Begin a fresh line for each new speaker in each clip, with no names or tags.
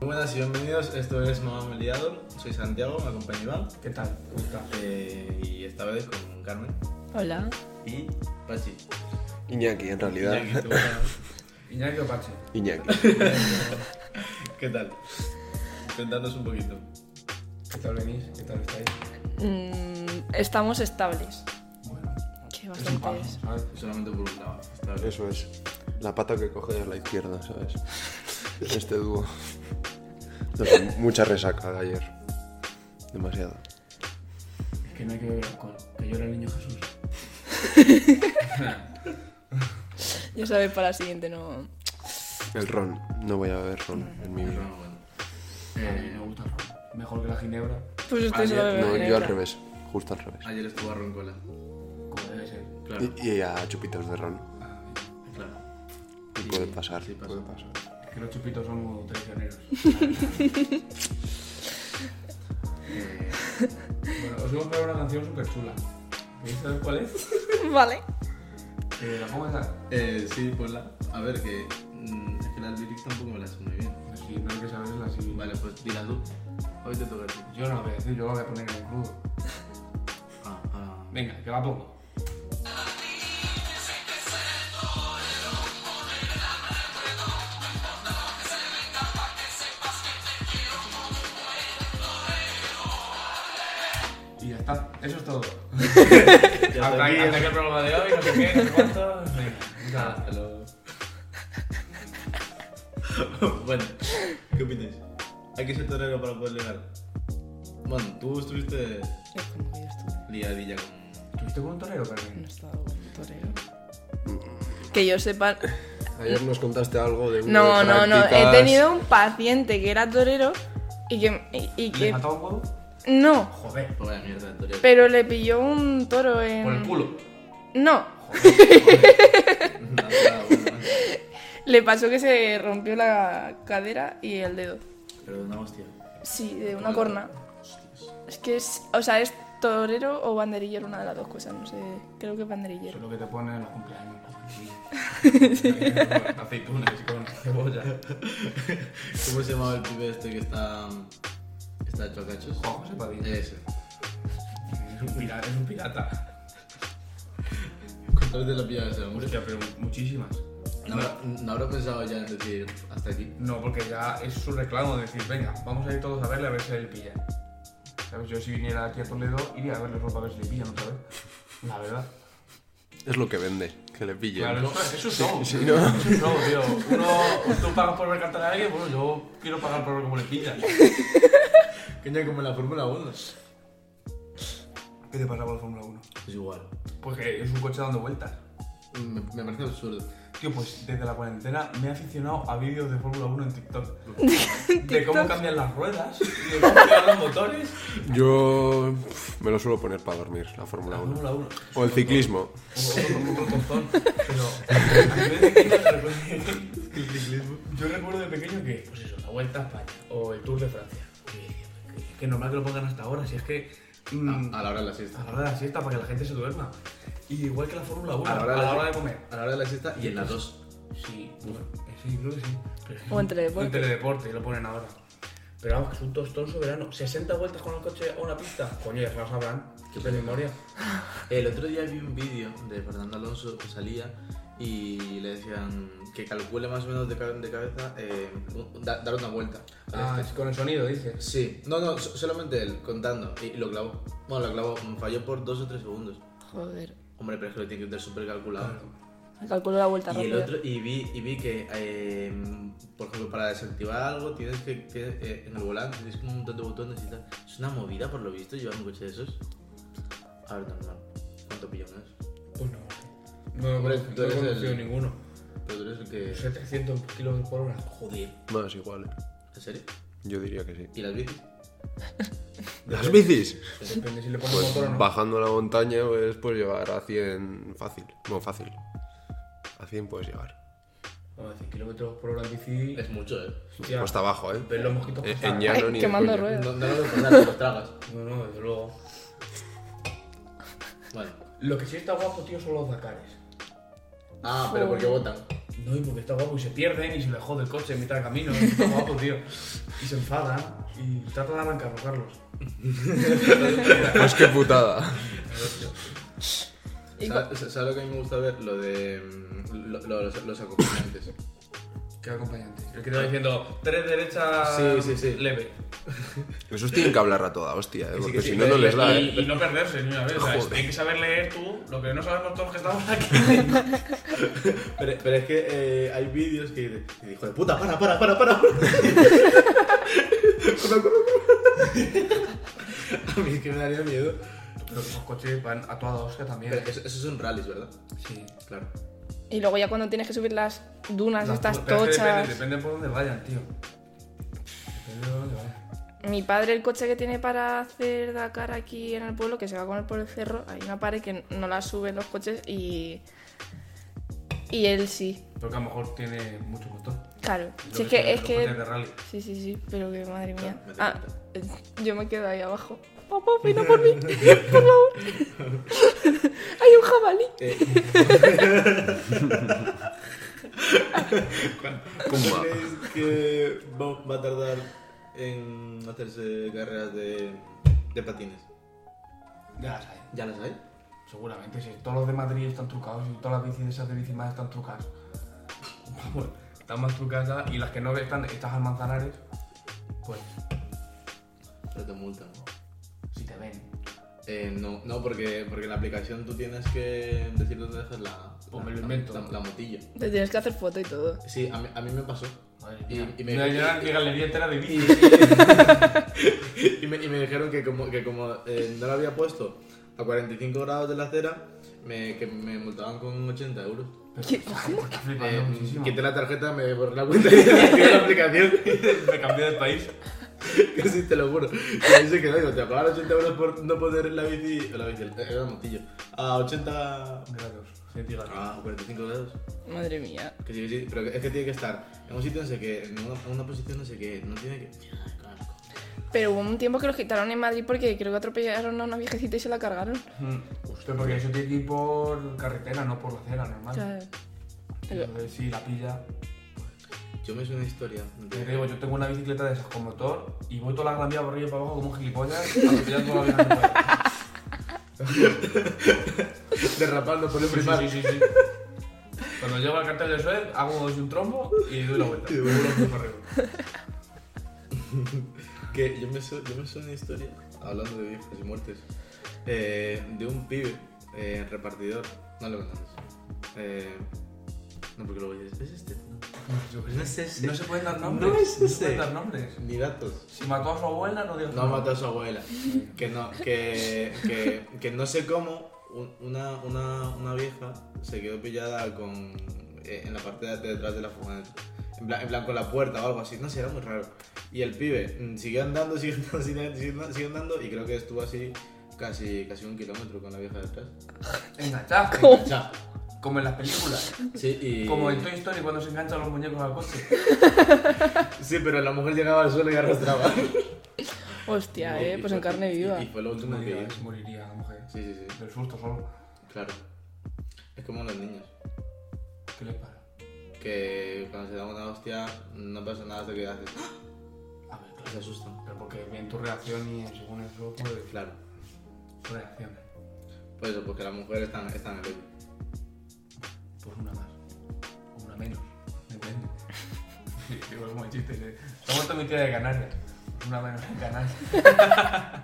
buenas y bienvenidos. Esto es Mamá Meliado. Soy Santiago, me acompaña Iván.
¿Qué tal? ¿Cómo está?
eh, y esta vez con Carmen
Hola.
y Pachi.
Iñaki, en realidad.
Iñaki, ¿tú, Carmen?
Iñaki Opache.
Iñaki.
¿Qué tal? Contadnos un poquito.
¿Qué tal venís? ¿Qué tal estáis?
Mm, estamos estables.
Bueno,
Que
es un
bastante
paso,
es.
¿sabes?
Solamente por un lado. está bien.
Eso es. La pata que coge de la izquierda, ¿sabes? Este dúo. Entonces, mucha resaca de ayer. Demasiado.
Es que no hay que beber alcohol, que yo era el niño Jesús.
Ya sabes, para la siguiente no.
El ron. No voy a beber ron en mi
Pero
vida.
bueno.
Eh, me gusta el ron. Mejor que la ginebra,
Pues estoy
Ayer-
solo
No,
bebiendo
yo al revés. Justo al revés.
Ayer estuvo a Roncola.
como debe ser.
Claro,
Y, y a chupitos de ron.
claro.
Y
Sí,
puede pasar.
sí pasa.
puede pasar.
Es que los chupitos son muy traicioneros.
Eh,
bueno, os voy a poner una canción súper chula. ¿Queréis saber cuál es?
Vale.
Eh, la pongo en la...
eh, sí, ponla. A ver, que. mm, es que las lyrics tampoco me las sé muy bien.
Si no hay que saber es la siguiente.
Vale, pues dila tú. Hoy te toca a ti.
Yo no la voy a decir, yo la voy a poner en el crudo.
Ah, ah.
Venga, que la pongo. Y ya está, eso es todo.
Ya
hasta, aquí, hasta aquí el programa de hoy, no sé qué, no sé cuánto. Venga, muchas gracias.
bueno, ¿qué opináis? ¿Hay que ser torero para poder ligar? Bueno, tú estuviste
Es como que yo estuve.
liadilla con...
¿Tuviste con un torero,
No
Carmen?
estaba bueno, torero.
Mm.
Que yo sepa.
Ayer nos contaste algo de
No, no, no. He tenido un paciente que era torero y que. y- y
¿Le
que...
mató un huevo?
No.
Joder,
Pues vaya mierda de torero.
Pero le pilló un toro
por el
en.
culo.
No.
Nada, nada, Ah, bueno,
Le pasó que se rompió la cadera y el dedo.
Pero de una hostia.
Sí, de una corna. Es que es. O sea, es torero o banderillero, una de las dos cosas. No sé. Creo
Eso
que es
es
banderillero.
lo que te ponen en los cumpleaños. Aceitunas con cebolla.
¿Cómo se llamaba el pibe este que está... que está hecho a cachos?
Juan José Padilla.
Ese.
Es un pirata, es un pirata.
¿Cuántas veces lo pillaba ese hombre?
Hostia, pero muchísimas.
¿No habrá, ¿No habrá pensado ya en decir hasta aquí?
No, porque ya es su reclamo de decir, venga, vamos a ir todos a verle a ver si él pilla. ¿Sabes? Yo si viniera aquí a Toledo, iría a verle ropa a ver si le pillan otra vez. La verdad.
Es lo que vende, que le pillen.
Claro, eso, eso es show.
sí, ¿no?
Eso es show, tío. Uno, tú pagas por ver cantar a alguien, bueno, yo quiero pagar por ver cómo le pillan.
Coño, como en la Fórmula 1.
¿Qué te pasa con la Fórmula 1?
Es igual.
Pues que es un coche dando vueltas.
Me, me parece absurdo.
Tío, pues desde la cuarentena me he aficionado a vídeos de Fórmula 1 en TikTok. De cómo cambian las ruedas, de cómo cambian los motores.
Yo pf, me lo suelo poner para dormir, la Fórmula
La
1.
Fórmula 1.
O el ciclismo.
Yo recuerdo de pequeño que, pues eso, la Vuelta a España o el Tour de Francia. Y decía, "Pues que- que normal que lo pongan hasta ahora, si es que. mm,
A, a la hora de la siesta.
a la hora de la siesta para que la gente se duerma. Y igual que la Fórmula 1,
A la hora de la-
comer.
A la hora de la siesta y en las 2.
Sí, bueno, sí, creo que sí. Pero es
O en Teledeporte.
En teledeporte, lo ponen ahora. Pero vamos, que es un tostón soberano. 60 vueltas con el coche a una pista. Coño, ya se lo sabrán. Qué de memoria.
El otro día vi un vídeo de Fernando Alonso que salía y le decían que calcule más o menos de, ca- de cabeza eh, un- da- dar una vuelta.
Ah, es con el sonido, dices.
Sí, no, no, so- solamente él contando y, y lo clavó. Bueno, lo clavó, falló por 2 o 3 segundos.
Joder.
Hombre, pero es que lo tiene que tener súper calculado.
Calculo la vuelta
Y, el
rápida.
otro, y, vi, y vi que, eh, por ejemplo, para desactivar algo tienes que, que, eh, en el volante, tienes como un montón de botones y tal. Es una movida, por lo visto, llevar un coche de esos. A ver, normal. ¿Cuánto pilla uno es?
Pues no. No,
Hombre,
no,
tú
he
eres
conducido
el-
ninguno.
Pero tú eres el
Eh,
que...
700 kilos por hora.
Joder.
Más
eh.
igual.
¿En serio?
Yo diría que sí.
¿Y las bicis?
¿Las bicis?
Depende si le pones
Pues
motor o no.
bajando la montaña pues puedes llegar a 100 fácil. No, fácil. A 100 puedes llegar.
Vamos, 100 kilómetros por hora en bici.
Es mucho, ¿eh?
Hostia,
Hasta abajo, ¿eh?
ver los mosquitos
En,
pasar.
en llano
Ay,
ni de
quemando
coña.
ruedas.
No, no lo pasas, te los tragas.
No, no, desde luego.
Bueno.
Lo que sí está guapo, tío, son los Dakares.
Ah, pero porque votan.
no, y porque está guapo y se pierden y se le jode el coche en mitad de camino, y está guapo, tío. Y se enfadan y trata de arrancarlo, Carlos.
Pues qué putada.
Y
Sa- sa- ¿Sabes lo que a mí me gusta ver? Lo de mm, lo- lo- los, los acompañantes.
Qué acompañante. El que te va diciendo, tres derechas
Sí, sí, sí.
leve.
Esos tienen que hablar a toda hostia, ¿eh?
Sí,
porque
sí,
si
sí,
no, no
sí,
les da,
y,
¿eh?
y no perderse ni una vez. O sea,
Joder.
hay que saber leer tú lo que no sabemos todos los que estamos aquí.
Pero, pero es que eh, hay vídeos que dicen, y hijo de puta, para, para, para, para. Corre, corre, corre. a mí es que me daría miedo.
Pero esos coches van a toda hostia también. ¿eh?
Pero eso- esos son rallies, ¿verdad?
Sí.
Claro.
Y luego ya cuando tienes que subir las dunas,
Las-
estas
pero es que
tochas.
Depende, depende por dónde vayan, tío. Depende por dónde vayan.
Mi padre, el coche que tiene para hacer Dakar aquí en el pueblo, que se va a comer por el cerro, hay una pared que no la suben los coches y. Y él sí,
Porque a lo mejor tiene mucho motor.
claro.
Lo
Si es que.
tienen
Es
los
que
coches de rally.
sí, sí, sí, pero que madre mía.
me doy
Ah,
cuenta.
eh, yo me quedo ahí abajo. Papá, vino por mí, por favor. hay un jabalí.
Eh,
Pumba.
¿Crees que va, va a tardar en hacerse carreras de, de patines?
Ya las hay.
¿Ya las hay?
Seguramente, si todos los de Madrid están trucados y todas las bicis de esas de bici más están trucadas. Vamos, están más trucadas ya, y las que no están, estas al manzanares, pues
Pero te multan. ¿no?
si te ven,
Eh, no, no porque, porque en la aplicación tú tienes que decir dónde dejas la,
O
la,
me lo
la-
invento.
la- la motilla.
Te tienes que hacer foto y todo.
Sí, a mí, a mí me pasó.
madre
Y-
mía.
y me-
Mira, yo era mi galería entera de bicis.
Y me, y me dijeron que como, que como eh, no la había puesto a 45 grados de la acera, me, que me multaban con 80 euros.
Pero,
¿Qué?
está flipando
Eh,
muchísimo.
quité la tarjeta, me borré la cuenta y desactivé la aplicación.
Me cambié de país.
Que sí, te lo juro. Y ahí se quedó, digo, te pagaban 80 euros por no poner la bici. La bici, era la motilla. A 80.
Gracias. Centígrados.
Ah, 45 grados.
Madre mía.
Que sí, que sí, pero es que tiene que estar en un sitio no sé qué, en una, en una posición no sé qué, no tiene que. Mira, qué asco.
Pero hubo un tiempo que los quitaron en Madrid porque creo que atropellaron a una viejecita y se la cargaron.
Usted, Mm. porque eso tiene que ir por carretera, no por la acera normal.
Claro. Pero-
Entonces, si la pilla.
Yo me sé una historia. no
Yo
te-
te digo, yo tengo una bicicleta de esas con motor y voy toda la gran vía por arriba y para abajo como un gilipollas, atropellando la vida
Derrapando por el primar.
sí, sí, sí. Cuando llego al cartel de Suez, hago un trombo y doy la vuelta.
Y
Y
de vuelta.
vuelvo por arriba.
Que yo me, sé, yo me sé una historia, hablando de viejas y muertes, eh, de un pibe eh, repartidor. No lo conoces. Eh, no, porque luego dices, ¿es este? No. No es ese.
No se pueden dar
No
nombres.
es
se
ese.
pueden dar nombres.
Ni datos.
Si mató a su abuela, no digas
No
nada.
mató a su abuela. Que no, que, que, que no sé cómo un- una, una, una vieja se quedó pillada con, eh, en la parte de, de detrás de la furgoneta. En plan, en plan, con la puerta o algo así. No sé, era muy raro. Y el pibe mm, siguió andando, siguió andando, siguió andando, siguió andando, siguió andando, y creo que estuvo así casi, casi un kilómetro con la vieja detrás.
Enganchado.
¿Cómo?
Chao.
Como en las películas.
Sí, y...
Como en Toy Story cuando se enganchan los muñecos al coche.
Sí, pero la mujer llegaba al suelo y arrastraba.
Hostia, eh,
Y
pues en
fue-
carne
y-
viva.
Y, fue lo último que
Moriría,
hizo.
moriría la mujer.
Sí, sí, sí,
Del susto solo.
claro. Es como los niños.
¿Qué les para?
que cuando se dan una hostia no pasa nada hasta que haces.
A ver,
Se
claro.
asustan.
Pero porque ven tu reacción y según eso, pues
Claro.
su reacción.
Por eso, porque las mujeres están, están en el hoyo.
Pues una más. O una menos. Depende. Digo, es muy chiste. ¿eh? ¿Cómo está mi tía de Canarias? Una menos en Canarias.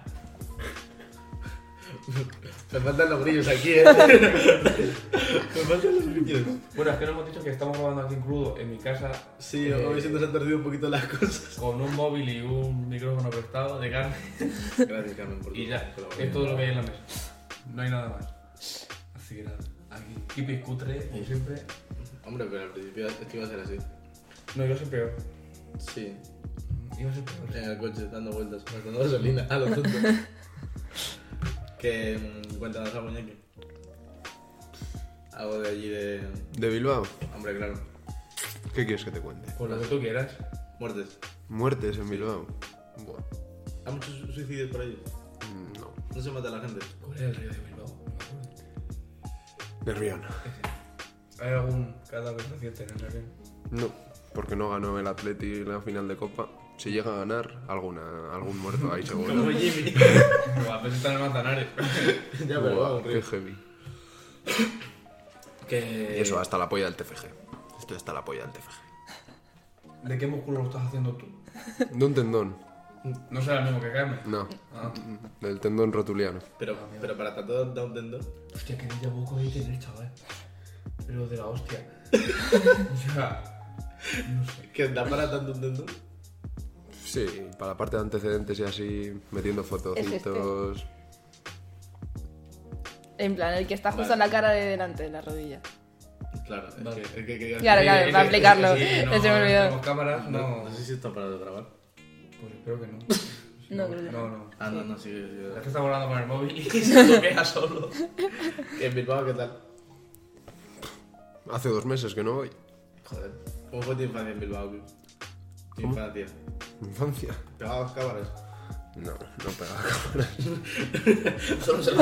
Me faltan los brillos aquí, eh. Me faltan los brillos.
Bueno, es que no hemos dicho que estamos grabando aquí en crudo en mi casa.
Sí,
eh,
hoy se nos han perdido un poquito las cosas.
Con un móvil y un micrófono prestado de carne.
Gracias, Carmen, por tu
Y ya,
colaboración.
es todo lo que hay en la mesa. No hay nada más. Así que nada, aquí, hippies cutre, como siempre.
Hombre, pero al principio esto iba a ser así.
No, iba a ser peor.
Sí,
Iba a ser Mm, peor.
en el coche dando vueltas, gastando gasolina, a lo tonto. que mm, cuéntanos algo, Iñaki. Algo de allí de.
¿De Bilbao?
Hombre, claro.
¿Qué quieres que te cuente?
Por lo que tú quieras.
Muertes.
¿Muertes en Bilbao? Buah.
¿Hay muchos su- suicidios por allí?
mm, No.
No se mata la gente.
¿Cuál es el río de Bilbao? No me acuerdo.
De Rihanna.
Ese. ¿Hay algún cadáver reciente en el avión?
No, porque no ganó el Atleti la final de Copa. Si llega a ganar, alguna, algún muerto ahí seguro.
Como Jimmy.
A veces están en Manzanares.
ya, pero
Buah,
vamos,
qué heavy.
Que...
Y eso, hasta la polla del TFG. Estoy hasta la polla del TFG.
¿De qué músculo lo estás haciendo tú?
De un tendón.
No será el mismo que Carmen.
No,
Ah.
del tendón rotuliano.
Pero, pero para tanto da un tendón.
Hostia, que ninja buco hay tener, chaval. Pero de la hostia. o sea, no sé.
Que da para tanto un tendón.
Sí, para la parte de antecedentes y así, metiendo fotocitos.
En plan, el que está justo
Vale.
en la cara de delante de la rodilla.
Claro, es
Vale.
que, es que quería-
Claro, claro,
Sí, sí,
para
sí,
aplicarlo.
sí, sí,
Se me
no
olvidó.
tenemos cámaras,
No,
no.
no sé si está parado de grabar.
Pues espero que no.
No, creo que
no.
no.
No,
Ah, no, no, sí, sí.
Es que estamos hablando con el móvil y se lo queda solo.
Que en Bilbao, ¿qué tal?
Hace dos meses que no voy.
Joder. ¿Cómo fue tu infancia en Bilbao? Kim? Tu
¿Cómo?
infancia.
Infancia.
Pegabas cámaras.
No, no pegaba cámara.
Solo se lo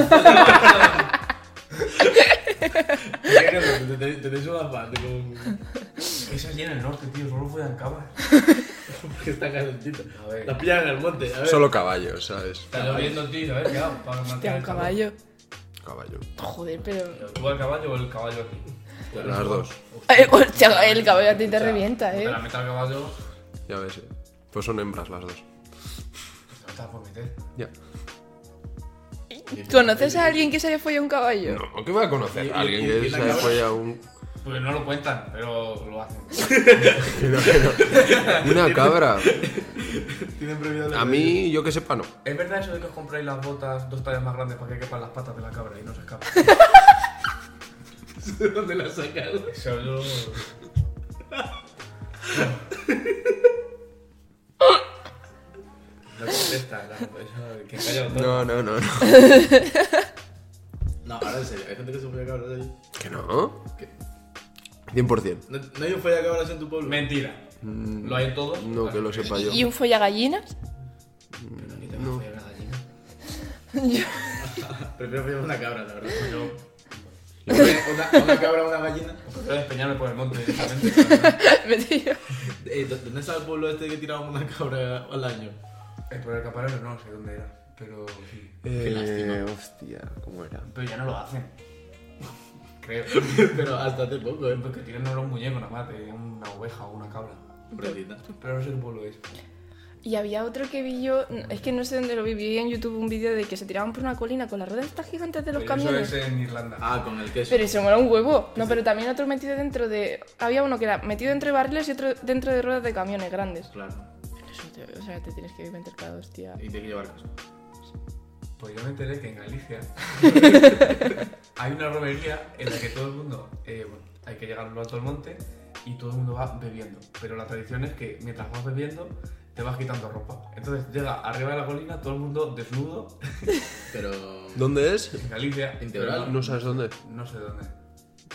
Tenéis una parte como
Eso allí en el norte, tío, solo follan cámaras.
que está calentito.
A ver.
La pillan en el monte, a ver.
Solo caballos, ¿sabes?
Está lloviendo, tío, a ver, ¿qué hago? Para
Hostia,
mantener
un
el calor.
caballo.
Caballo.
Joder, pero.
Pero ¿Tú al caballo o el caballo aquí?
Las dos,
Ay, hostia, el caballo a ti te revienta,
Te la
eh.
metes al caballo,
ya ves. eh. Pues son hembras las dos.
te la estás Pues por meter.
Ya.
¿Conoces a alguien que se haya follado un caballo?
No, ¿qué voy a
Y- y-
conocer? Alguien
y- y
que
la
se haya
cabra.
follado un...
Porque no lo cuentan, pero lo hacen.
Una cabra.
Tienen prohibido la-
A mí, yo que sepa, no.
¿Es verdad eso de que os compráis las botas dos tallas más grandes para que quepan las patas de la cabra y no se escapen?
¿De dónde la sacas?
Eso yo... No contesta, la, eso, que calla botón.
No, no, no, no.
No, ahora en serio, hay gente que se folla cabras ahí.
¿Que no?
¿Qué?
100%.
¿No, no hay un folla cabras en tu pueblo?
Mentira.
Mm,
¿Lo hay en todos?
No, que lo sepa yo.
¿Y un follagallinas?
Pero aquí te vas a follar a la gallina.
Prefiero follar una cabra, la verdad.
Yo
Una, una cabra, una gallina.
prefiero despeñarme por el monte directamente.
Me tío.
Eh, ¿dó- ¿Dónde está el pueblo este que tiraba una cabra al año?
Eh, por el caparero no sé dónde era, pero sí.
Eh, hostia, ¿cómo era?
Pero ya no lo hacen. Creo.
Pero hasta hace poco, ¿eh?
Porque tienen ahora un muñeco nada más de una oveja o una cabra.
Pobrecita.
Pero no sé qué pueblo es.
Y había otro que vi yo, n- es que no sé dónde lo vi, vi en YouTube un vídeo de que se tiraban por una colina con las ruedas estas gigantes de los
Pero
camiones.
Pues Eso es eh. en Irlanda.
Ah, con el queso.
Pero eso mola un huevo. No, pero también otro metido dentro de. Había uno que era metido entre barriles y otro dentro de ruedas de camiones grandes.
Claro.
Eso, tío, o sea, te tienes que inventar cada dos, tía.
Y tiene que llevar queso.
Pues yo me enteré que en Galicia hay una romería en la que todo el mundo, eh, bueno, hay que llegar a lo alto del monte y todo el mundo va bebiendo. Pero la tradición es que mientras vas bebiendo te vas quitando ropa. Entonces llega arriba de la colina todo el mundo desnudo
Pero.
¿Dónde es?
en Galicia.
Integral.
No sabes dónde.
No sé dónde.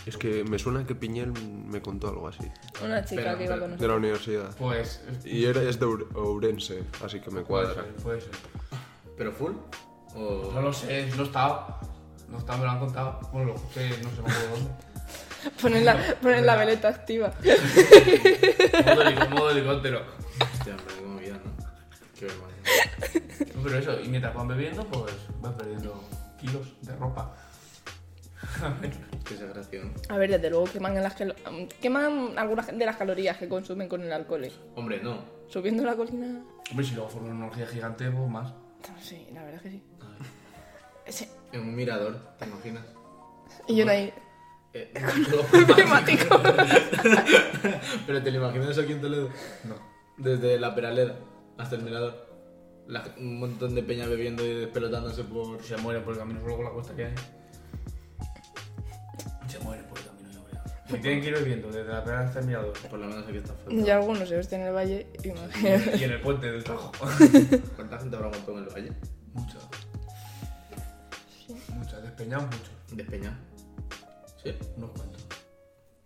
Es que me suena que Piñel me contó algo así.
Una chica
Pero,
que iba
pero-
con
De
nosotros.
la universidad.
Pues
Y era, es de Oure- Ourense, así que me
puede
cuadra.
ser, puede ser.
¿Pero full? O.
No lo sé, no he estado. No he estado, me lo han contado. Bueno, lo escuché, no sé me acuerdo dónde.
Ponen la, ponen la veleta activa.
Modo helic- Modo helicóptero.
Hostia, hombre, qué movida, ¿no? Qué vergüenza.
No, Pero eso, y mientras van bebiendo, pues vas perdiendo kilos de ropa.
Qué desgracia, ¿no?
A ver, desde luego queman, en las calo- um, queman algunas de las calorías que consumen con el alcohol. eh.
Hombre, no.
Subiendo la colina.
Hombre, si luego forman una orgía gigante, pues más.
Sí, la verdad es que sí.
Ah.
Sí.
En un mirador, ¿te imaginas?
Y yo ahí.
Eh,
Climático.
pero te lo imaginas aquí en Toledo.
No.
Desde la peraleda hasta el mirador. La- un montón de peña bebiendo y despelotándose por.
Se muere por el camino, solo con la cuesta que hay. Se muere por el camino, yo creo. Y tienen que ir bebiendo desde la primera hasta el mirador.
Por lo menos aquí está fuerte.
Y algunos se visten en el valle. Imagínate.
Y en el puente del Tajo.
¿Cuánta gente habrá montado en el valle?
Mucho. Mucho, despeñados mucho.
Despeñado. Sí,
Unos cuantos.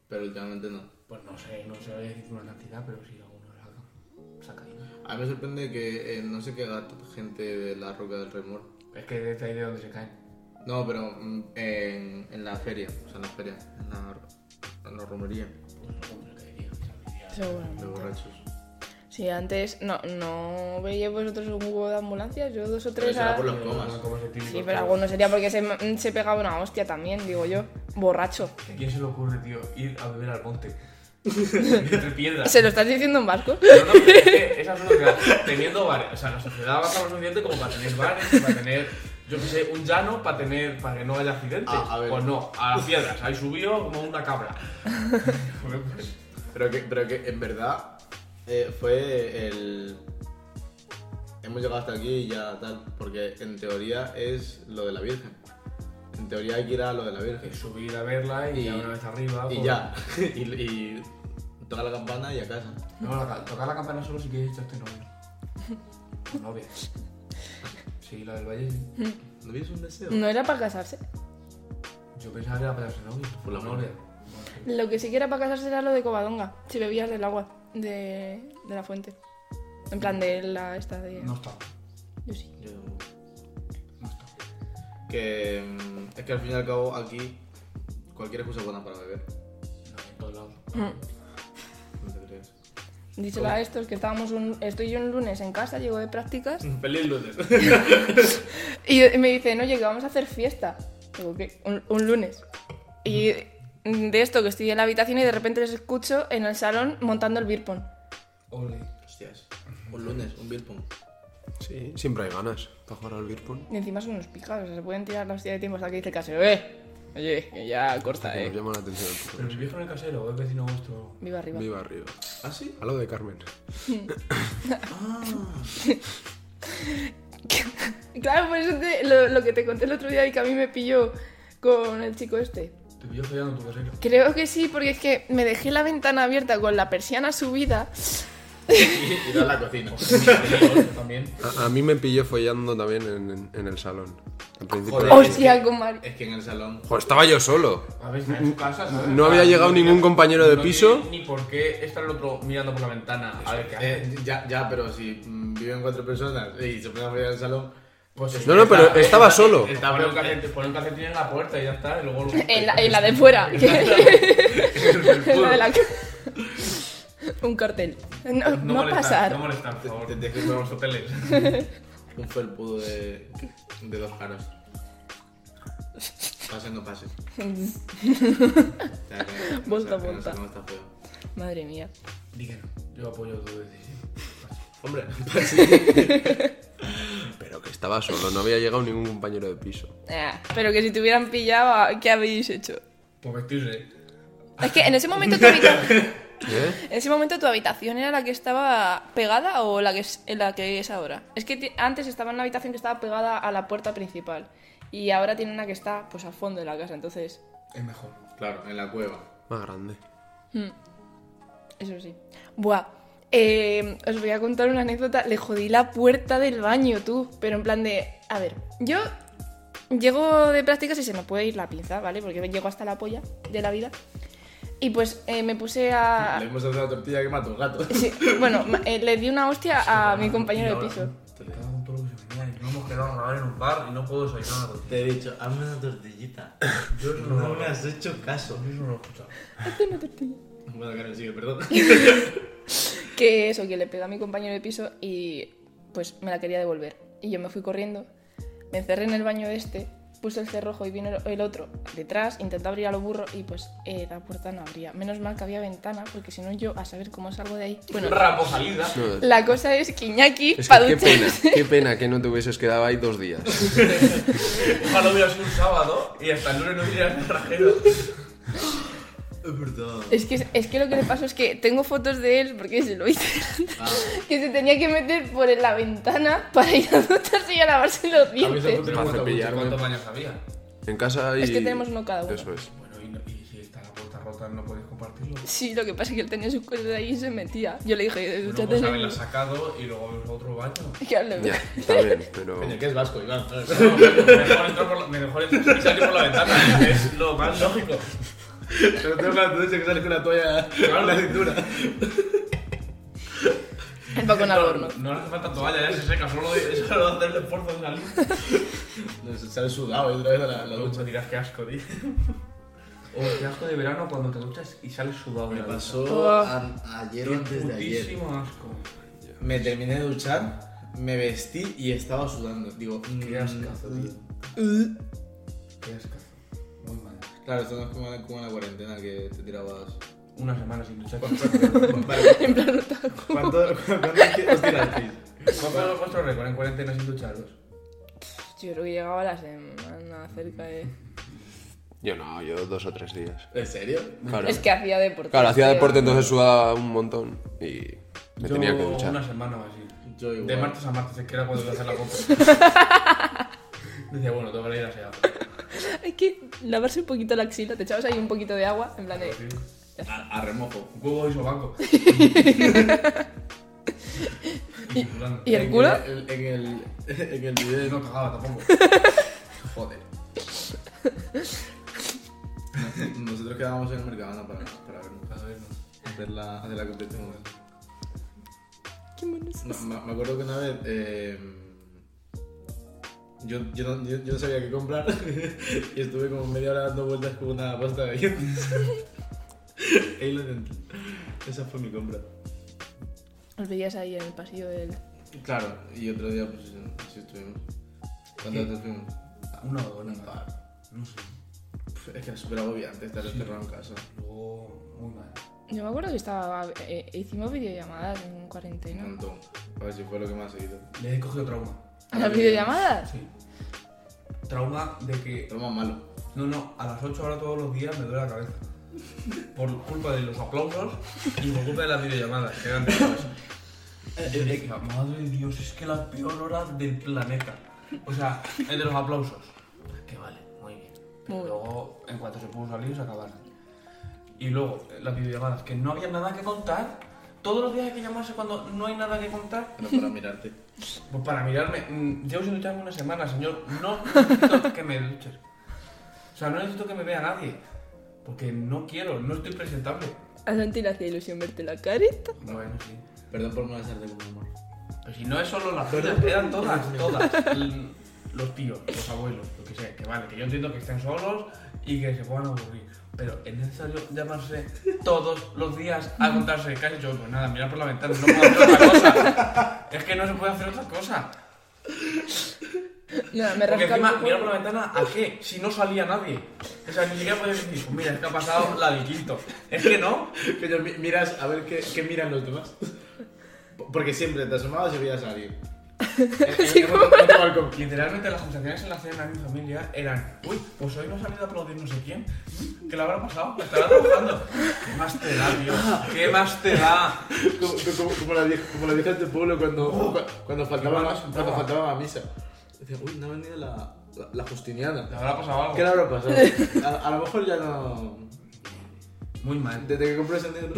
pero últimamente no.
Pues no sé, no sé decir una cantidad, pero sí algunos sacan. Saca dinero.
A mí me sorprende que eh, no sé qué haga gente de la Roca del Remor.
Es que desde ahí de donde se caen.
No, pero mm, en, en la feria, o sea, en la feria, en la, la romería
Pues
de
Seguramente.
borrachos.
Si antes no, no veíais vosotros un huevo de ambulancias, yo dos o tres.
eso era
a-
por los
Pero
comas.
no, como es el típico,
Sí,
tío.
pero alguno sería porque se, mm, se pegaba una hostia también, digo yo. Borracho.
¿A quién se le ocurre, tío, ir a beber al monte? Entre piedras.
¿Se lo estás diciendo en vasco?
No, no, pero es que es absurdo que teniendo bares, o sea, la sociedad avanza lo suficiente como para tener bares, para tener, yo qué sé, un llano para tener, para que no haya accidentes.
Ah, a ver.
Pues no, a las piedras, ahí subido como una cabra. Joder, pues,
Pero que, pero que en verdad eh, fue el. Hemos llegado hasta aquí y ya tal. Porque en teoría es lo de la Virgen. En teoría hay que ir a lo de la Virgen.
que subir a verla y,
Y-
ya una vez arriba.
Y
pues-
ya. y, y toca la campana y a casa.
No, la ca- tocar la campana solo si quieres echarte novio. O novia. Sí, la del Valle sí.
¿No tienes un deseo?
No era para casarse.
Yo pensaba que era para echarse novio.
Por la
novia.
muerte.
No sé.
Lo que sí que era para casarse era lo de Covadonga, si bebías del agua de, de la fuente. En plan de la esta de.
No está,
Yo sí.
Yo-
no está.
Que mm, es que al fin y al cabo aquí cualquier excusa es buena para beber.
No, en todos lados.
No te crees.
Díselo a estos que estábamos un. Estoy yo un lunes en casa, llego de prácticas.
Feliz lunes.
Y me dicen, oye, que vamos a hacer fiesta. Digo, ¿qué? Un, un lunes. Y de esto que estoy en la habitación y de repente les escucho en el salón montando el beer pong.
Ole.
Hostias. Un lunes, un beer pong.
Sí, siempre hay ganas para jugar al beer pong.
Y encima son unos picados, o sea, se pueden tirar la hostia de tiempo hasta que dice el casero, ¡eh! Oye, que ya corta,
Que Nos
eh.
llama la atención el
Pero
poco.
vivís con el casero, o es vecino vuestro.
Viva arriba.
Viva arriba.
¿Ah, sí?
A lo de Carmen.
Claro, por eso te- lo, lo que te conté el otro día y que a mí me pilló con el chico este.
Te pillo follando tu casero.
Creo que sí, porque es que me dejé la ventana abierta con la persiana subida.
Y ir a la cocina.
También.
A, a mí me pilló follando también en, en- en el salón. Al principio.
Joder.
Joder,
Hostia, con Mario.
Es que en el salón.
estaba yo solo.
A ver, está en su casa, ¿sabes?
No
Ah,
había llegado
mira,
ningún compañero de
no
piso.
tiene Ni por qué está el otro mirando por la ventana. A ver qué hace.
Eh, ya, ya, pero si mm, viven cuatro personas y se ponen a follar en el salón.
Pues sí,
No, no, pero
está-
estaba
está-
solo.
está- Pon un calcetín- pon un calcetín en la puerta y ya está. Y luego lo-
En la, en la de fuera. En la de la ca- Un cartel. No, no
molestar,
pasar.
No molestar, por
Te,
favor.
te- te-
Con los hoteles.
un felpudo de, de dos caras. Pase, no pase. O sea, que- que no
Vuelta,
sea- que no
vuelta.
sea- no está feo.
Madre mía.
Díganos. Yo apoyo tu decisión.
Hombre, pase.
Pero que estaba solo, no había llegado ningún compañero de piso.
Ah, Pero que si te hubieran pillado, ah, ¿qué habéis hecho?
Pues vestirse.
Es que en ese momento tu habitación,
¿Eh?
en ese momento tu habitación era la que estaba pegada o la que es, en la que es ahora. Es que ti- antes estaba en una habitación que estaba pegada a la puerta principal y ahora tiene una que está pues al fondo de la casa, entonces
Es mejor.
claro, en la cueva.
Más grande.
Eso sí. Buah. eh, os voy a contar una anécdota. Le jodí la puerta del baño, tú. Pero en plan de. A ver, yo llego de prácticas y se me puede ir la pinza, ¿vale? Porque llego hasta la polla de la vida. Y pues eh, me puse a.
Le hemos hecho una tortilla que mata un gato.
Sí, bueno, ma- eh, le di una hostia a mi compañero de piso.
Te cago en todo lo que se venía y no hemos quedado a grabar en un bar y no puedo desayunar una tortilla.
Te he dicho, hazme una tortillita.
Yo eso no,
No
lo
me has hecho caso.
yo eso no lo he escuchado.
Bueno, Karen, sigue, perdón.
Que eso, que le pegó a mi compañero de piso y pues me la quería devolver. Y yo me fui corriendo, me encerré en el baño de este, puse el cerrojo y vino el- el otro detrás, intenté abrir a lo burro y pues eh, la puerta no abría. Menos mal que había ventana, porque si no yo a saber cómo salgo de ahí. Bueno,
Rambo salida.
No,
la cosa es que Iñaki,
es
pa'
que qué pena,
ducharse-
qué pena que no te hubieses quedado ahí dos días.
Ojalá hubiera sido un sábado y hasta el lunes no hubiera sido trajero.
Es verdad.
Es que, es que lo que le pasó es que tengo fotos de él, porque se lo hice,
Ah.
que se tenía que meter por la ventana para ir a ducharse y a lavarse los
A mí esa foto
dientes.
me gusta
Para
mucho.
cepillarme.
¿Cuántos baños había?
En casa y...
Es que tenemos uno cada uno.
Eso es.
Bueno, y, no- y si está la puerta rota, no podéis compartirlo.
Sí, lo que pasa es que él tenía sus cosas ahí y se metía. Yo le dije,
Bueno,
dúchate.
pues haberla
nene".
sacado y luego abres otro baño.
Que hable.
Ya, está bien, pero...
Coño, que es vasco, Iván.
Mejor entrar por la, mejor entrar y salir por la ventana, es lo más lógico.
Pero tengo la duda que sale con la toalla en la cintura.
Él va con al horno.
No hace falta toalla, ya se seca, solo, de- solo hacer el esfuerzo de salir.
Sale sudado y otra vez a la, la
Luego
ducha.
te dirás que asco, tío. O te Oh, asco de verano cuando te duchas y sales sudado. de
Me
la ducha.
pasó
Buah.
a- ayer o
Qué
antes de ayer.
putísimo asco.
Me terminé de duchar, me vestí y estaba sudando. Digo,
Qué
mm,
ascazo, tío.
uh.
Qué ascazo. Muy mal.
Claro, esto no es como en, como en la cuarentena que te tirabas.
Una semana sin duchar.
¿Cuánto, cuánto,
En plan, otaku.
cuánto, cuánto os tirasteis?
¿Cuál fue vuestro récord en cuarentena sin ducharos?
Yo creo que llegaba a la semana cerca de.
Yo no, yo dos o tres días.
¿En serio?
Claro,
Es que hacía deporte.
claro hacía
era-
deporte, entonces sudaba un montón y me
Yo
tenía que duchar.
Una semana o así.
Yo igual.
De martes a martes, es que era cuando iba a hacer la compra. Decía, bueno, tengo que ir a Seattle.
Hay que lavarse un poquito la axila, te echabas ahí un poquito de agua, en plan de.
A, a remojo.
Huevo Pues y sobaco. y, Eh,
y el
En
culo?
el- En el, en el video de
No
no.
cagaba tampoco.
Joder. Nosotros quedábamos en el mercado para, para vernos.
A ver, no.
hacer la, hacer la competencia.
Qué monos.
Me, me- me acuerdo que una vez eh, yo, yo, no, yo, yo no sabía qué comprar y estuve como media hora dando vueltas con una pasta de dientes. Ahí lo intenté. Esa fue mi compra.
Os veías ahí en el pasillo del.
Claro, y otro día pues así estuvimos. ¿Cuántas
Sí.
veces fuimos?
Una o dos,
Un
nada.
par.
No sé.
Pff, Es que era súper agobiante estar encerrado en casa.
Luego, muy mal.
Yo me acuerdo que estaba. eh, hicimos videollamadas en
Un
cuarentena.
montón. A ver si fue lo que más he ido.
Le he cogido trauma.
¿A las videollamadas?
Sí. Trauma de que
Pero más malo.
No, no, a las 8 ahora todos los días me duele la cabeza. Por culpa de los aplausos y por culpa de las videollamadas que eran después. Y yo decía, eh, madre de Dios, es que la peor hora del planeta. O sea, el de los aplausos. Que vale, muy bien. Pero
Muy
luego, en cuanto se pudo salir, se acabaron. Y luego, eh, las videollamadas, que no había nada que contar. Todos los días hay que llamarse cuando no hay nada que contar.
Pero para mirarte.
Pues para mirarme, mm, llevo sin ducharme una semana, señor. No necesito que me duches. O sea, no necesito que me vea nadie. Porque no quiero, no estoy presentable.
A Santi le hacía ilusión verte la careta.
Bueno, sí.
Perdón por molestarte con mi amor.
Pero si no es solo las tuyas, eran todas, todas. L- Los tíos, los abuelos, lo que sea. Que vale, que yo entiendo que estén solos y que se puedan aburrir. Pero es necesario llamarse todos los días a contarse casi yo, pues nada, mirar por la ventana, no puedo hacer otra cosa. Es que no se puede hacer otra cosa.
Nada, me
Porque
rascaba.
encima,
un
mirar por
poco.
la ventana, ¿a qué? Si no salía nadie. O sea, ni siquiera podías decir, pues mira, es que ha pasado la del quinto. Es que no.
Pero mi- miras a ver qué, qué miran los demás. P- Porque siempre te asomabas y veías a alguien.
Sí,
En- en- en otro- en otro balcón.
Literalmente las conversaciones en la cena de mi familia eran, uy, pues hoy no ha salido a aplaudir no sé quién. ¿Qué le habrá pasado? Que estará trabajando. ¿Qué más te da, tío? ¿Qué más te da?
Como, como- como las viejas, como las viejas del este pueblo cuando, cu- cuando, faltaba,
Igual
la-
me asustaba.
cuando faltaba la misa. Decía, uy, no ha venido la, la, la
¿Le
Justiniana.
habrá pasado algo?
¿Qué le habrá pasado? A, a lo mejor ya no.
Muy mal.
Desde que compré ese negro.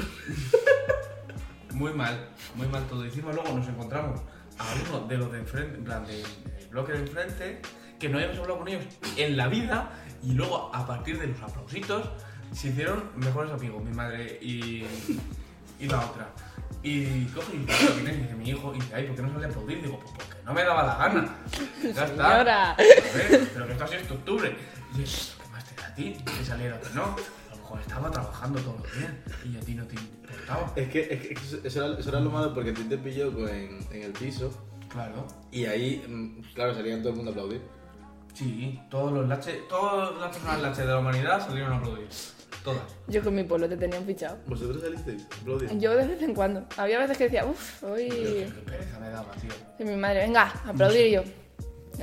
Muy mal, muy mal todo. Y encima luego nos encontramos a uno de los de enfrente, en plan de- del bloque de enfrente, que no habíamos hablado con ellos en la vida, y luego a partir de los aplausitos se hicieron mejores amigos, mi madre y, y la otra. Y coge y dice, "¿Quién es?". Y dice mi hijo, y dice, ay, ¿por qué no sale a aplaudir? Digo, pues porque no me daba la gana. Ya está.
Señora.
A ver, pero que esto ha sido este octubre. Y yo, ¿qué más te da a ti? Que saliera que no. A lo mejor estaba trabajando todos los días y a ti no te importaba.
Es que, es que- es que eso- eso, era, eso era lo malo porque a ti te pilló con- en, en el piso
Claro.
y ahí, mm, claro, salían todo el mundo a aplaudir.
Sí, todos los laches, todas las personas laches de la humanidad salieron a aplaudir. Todas.
Yo con mi pueblo te tenían fichado.
¿Vosotros salisteis? a Aplaudir.
Yo de vez en cuando. Había veces que decía, uff, hoy.
Qué pereza me daba, tío.
Y mi madre, venga, aplaudir y yo.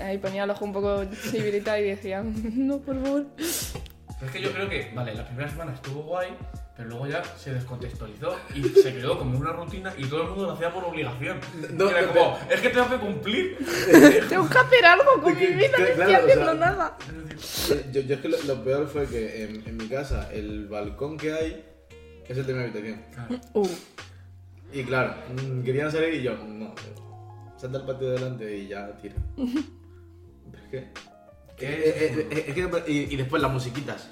Ahí ponía el ojo un poco civilita y decía, no, por favor.
Pero es que yo creo que, vale, la primera semana estuvo guay, pero luego ya se descontextualizó y se quedó como una rutina y todo el mundo lo hacía por obligación.
No,
Era
no,
como, es que tengo que cumplir.
Tengo que hacer algo con
Que-
mi vida, no
que-
estoy
claro, o
haciendo
sea,
nada.
Eh, Yo, yo es que lo, lo peor fue que en, en mi casa el balcón que hay es el de mi habitación.
Claro.
Uh,
Y claro, mm, querían salir y yo, no, salta al patio de delante y ya tira. Pero es que. eh, eh, eh, es que- y, y después las musiquitas.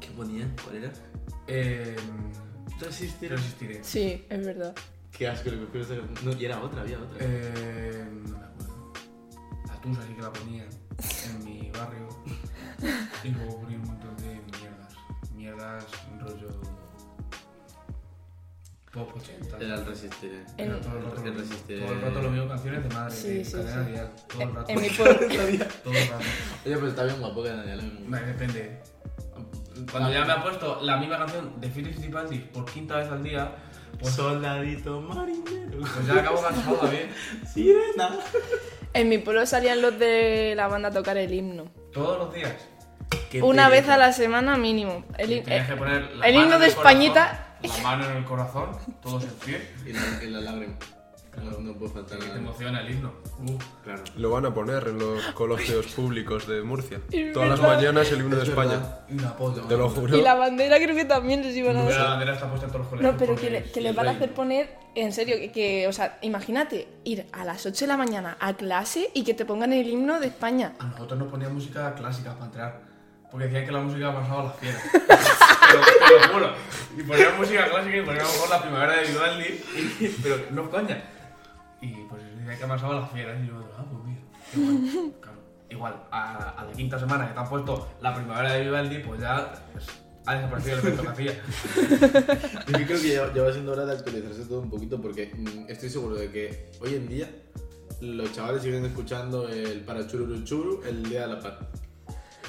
¿Qué ponían? ¿Cuál era?
Eh,
Resistir.
pero insistiré.
sí, es verdad.
Qué asco, lo que quiero saber. No, y era otra, había otra.
Eh, no me acuerdo. La tusa sí que la ponían en mi barrio. Y luego ponía un montón de más rollo pop 80.
Era el resistiré.
El-
Era todo el
El
rato, lo mismo.
resistiré.
Todo el rato lo mismo, canciones de madre,
Sí,
de
sí,
cadena
sí.
dial, todo el rato.
En mi pueblo.
Todo el rato.
Oye, pues está bien guapo que Daniel es muy-
Me depende. Cuando ya me ha puesto la misma canción de Philip Dipantis por quinta vez al día, pues,
Soldadito marinero.
pues ya acabo cansado también.
Sirena.
En mi pueblo salían los de la banda a tocar el himno.
Todos los días.
Qué
Una vez
pereza.
a la semana mínimo. El,
Y
hi-
tenías que
eh,
poner la
el
mano en
himno de
el corazón,
Españita.
La mano en el corazón, todos en pie.
Y la, y la lágrima. No, no puedo faltar
Te
nada.
emociona el himno. Uh.
Claro.
Lo van a poner en los colegios públicos de Murcia.
Es
Todas las
verdad.
mañanas el himno de
Es
España.
verdad.
Y una pota.
Te lo juro.
y la bandera creo que también les iban a
Pero la
dar.
bandera está puesta en todos los colegios.
No, pero
porque
que, le-
es
que les
el
van a
rey.
hacer poner, en serio, que, que, o sea, imagínate ir a las 8 de la mañana a clase y que te pongan el himno de España.
A nosotros nos ponían música clásica para entrar. Porque decían que la música pasaba a las fieras. te, lo, te lo juro. Y ponían música clásica y ponían a lo mejor la primavera de Vivaldi. y- pero no coña. Y pues decían que pasaba a las fieras. Y yo, ah, pues mira. qué bueno. Claro. Igual, a, a la quinta semana que te han puesto la primavera de Vivaldi, pues ya pues, ha desaparecido el evento que hacía.
Yo creo que ya, ya va siendo hora de actualizarse todo un poquito porque mm, estoy seguro de que hoy en día los chavales siguen escuchando el para chururu churu el día de la paz.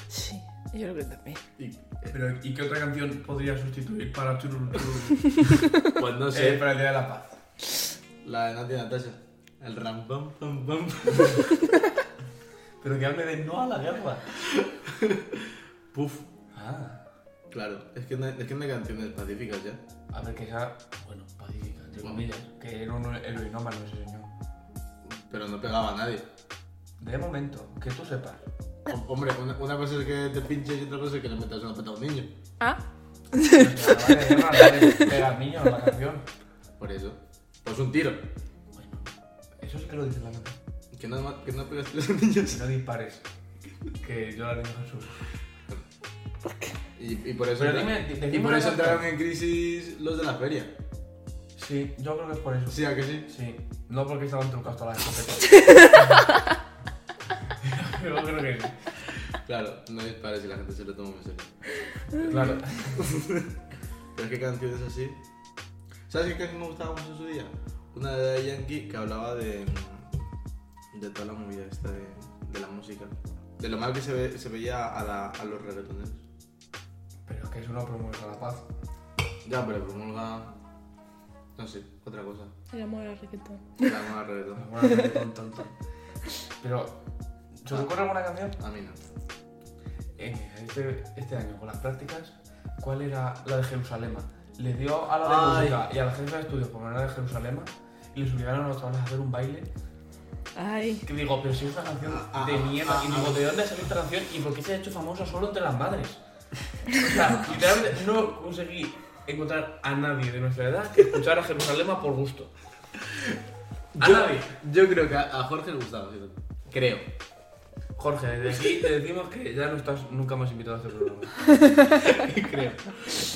Sí, yo creo que también.
Y
Pero, ¿y qué otra canción podría sustituir para Chururu
pues no
eh,
sé,
para el Día de la Paz?
la de Nati y Natasha. El ram pam pam pam.
Pero que hable de no a la guerra.
Puf.
Ah.
Claro, es que no hay, es que no hay canciones pacíficas ya.
A ver, que esa, bueno, pacífica, entre
Bueno.
comillas, que era un heroinómano ese señor.
Pero no pegaba a nadie.
De momento, que tú sepas.
Hom- Hombre, una, una cosa es que te pinches y otra cosa es que le metas una pata a un niño.
Ah,
O sea, vale, guerra, vale, pega al niño en la canción.
Por eso. Pues un tiro.
Bueno, eso sí que lo dice la canción.
Que no, que no pegas tiros a los niños.
Si no dispares, que yo la tengo Jesús.
Y, y por eso,
Pero dime- dime
y por
una
eso
cosa.
entraron en crisis los de la feria.
Sí, yo creo que es por eso.
Sí, a que sí.
Sí, no porque estaban trucados todas las escopetas. yo creo que sí.
Claro, no dispares y la gente se lo toma muy serio.
Claro.
Pero es que canciones así. ¿Sabes qué canción me gustaba mucho en su día? Una de Daddy Yankee que hablaba de. de toda la movida esta de, de la música. De lo mal que se, ve- se veía a, la- a los reggaetoneros.
Pero es que eso no promueve la paz.
Ya, pero promulga. no sé, otra cosa.
el amor al reggaetón.
La nueva reggaeton.
Bueno, ton, ton, ton. Pero, ¿se os ocurre alguna canción?
A mí no.
en este, este año con las prácticas, ¿cuál era la de Jerusalema? Le dio a la de
Ay.
música y a la jefa de estudios por la de Jerusalema y les obligaron a los chavales a hacer un baile.
Ay.
Que digo, pero si es una canción
Ah,
de
ah,
mierda.
ah,
Y digo,
ah.
¿de dónde salió esta canción? ¿Y por qué se ha hecho famosa solo entre las madres? O sea, literalmente no conseguí encontrar a nadie de nuestra edad que escuchara Jerusalema por gusto. A nadie.
Yo creo que a, a Jorge le gustaba, fíjate. Creo.
Jorge, desde aquí te decimos que ya no estás nunca más invitado a este programa. Creo.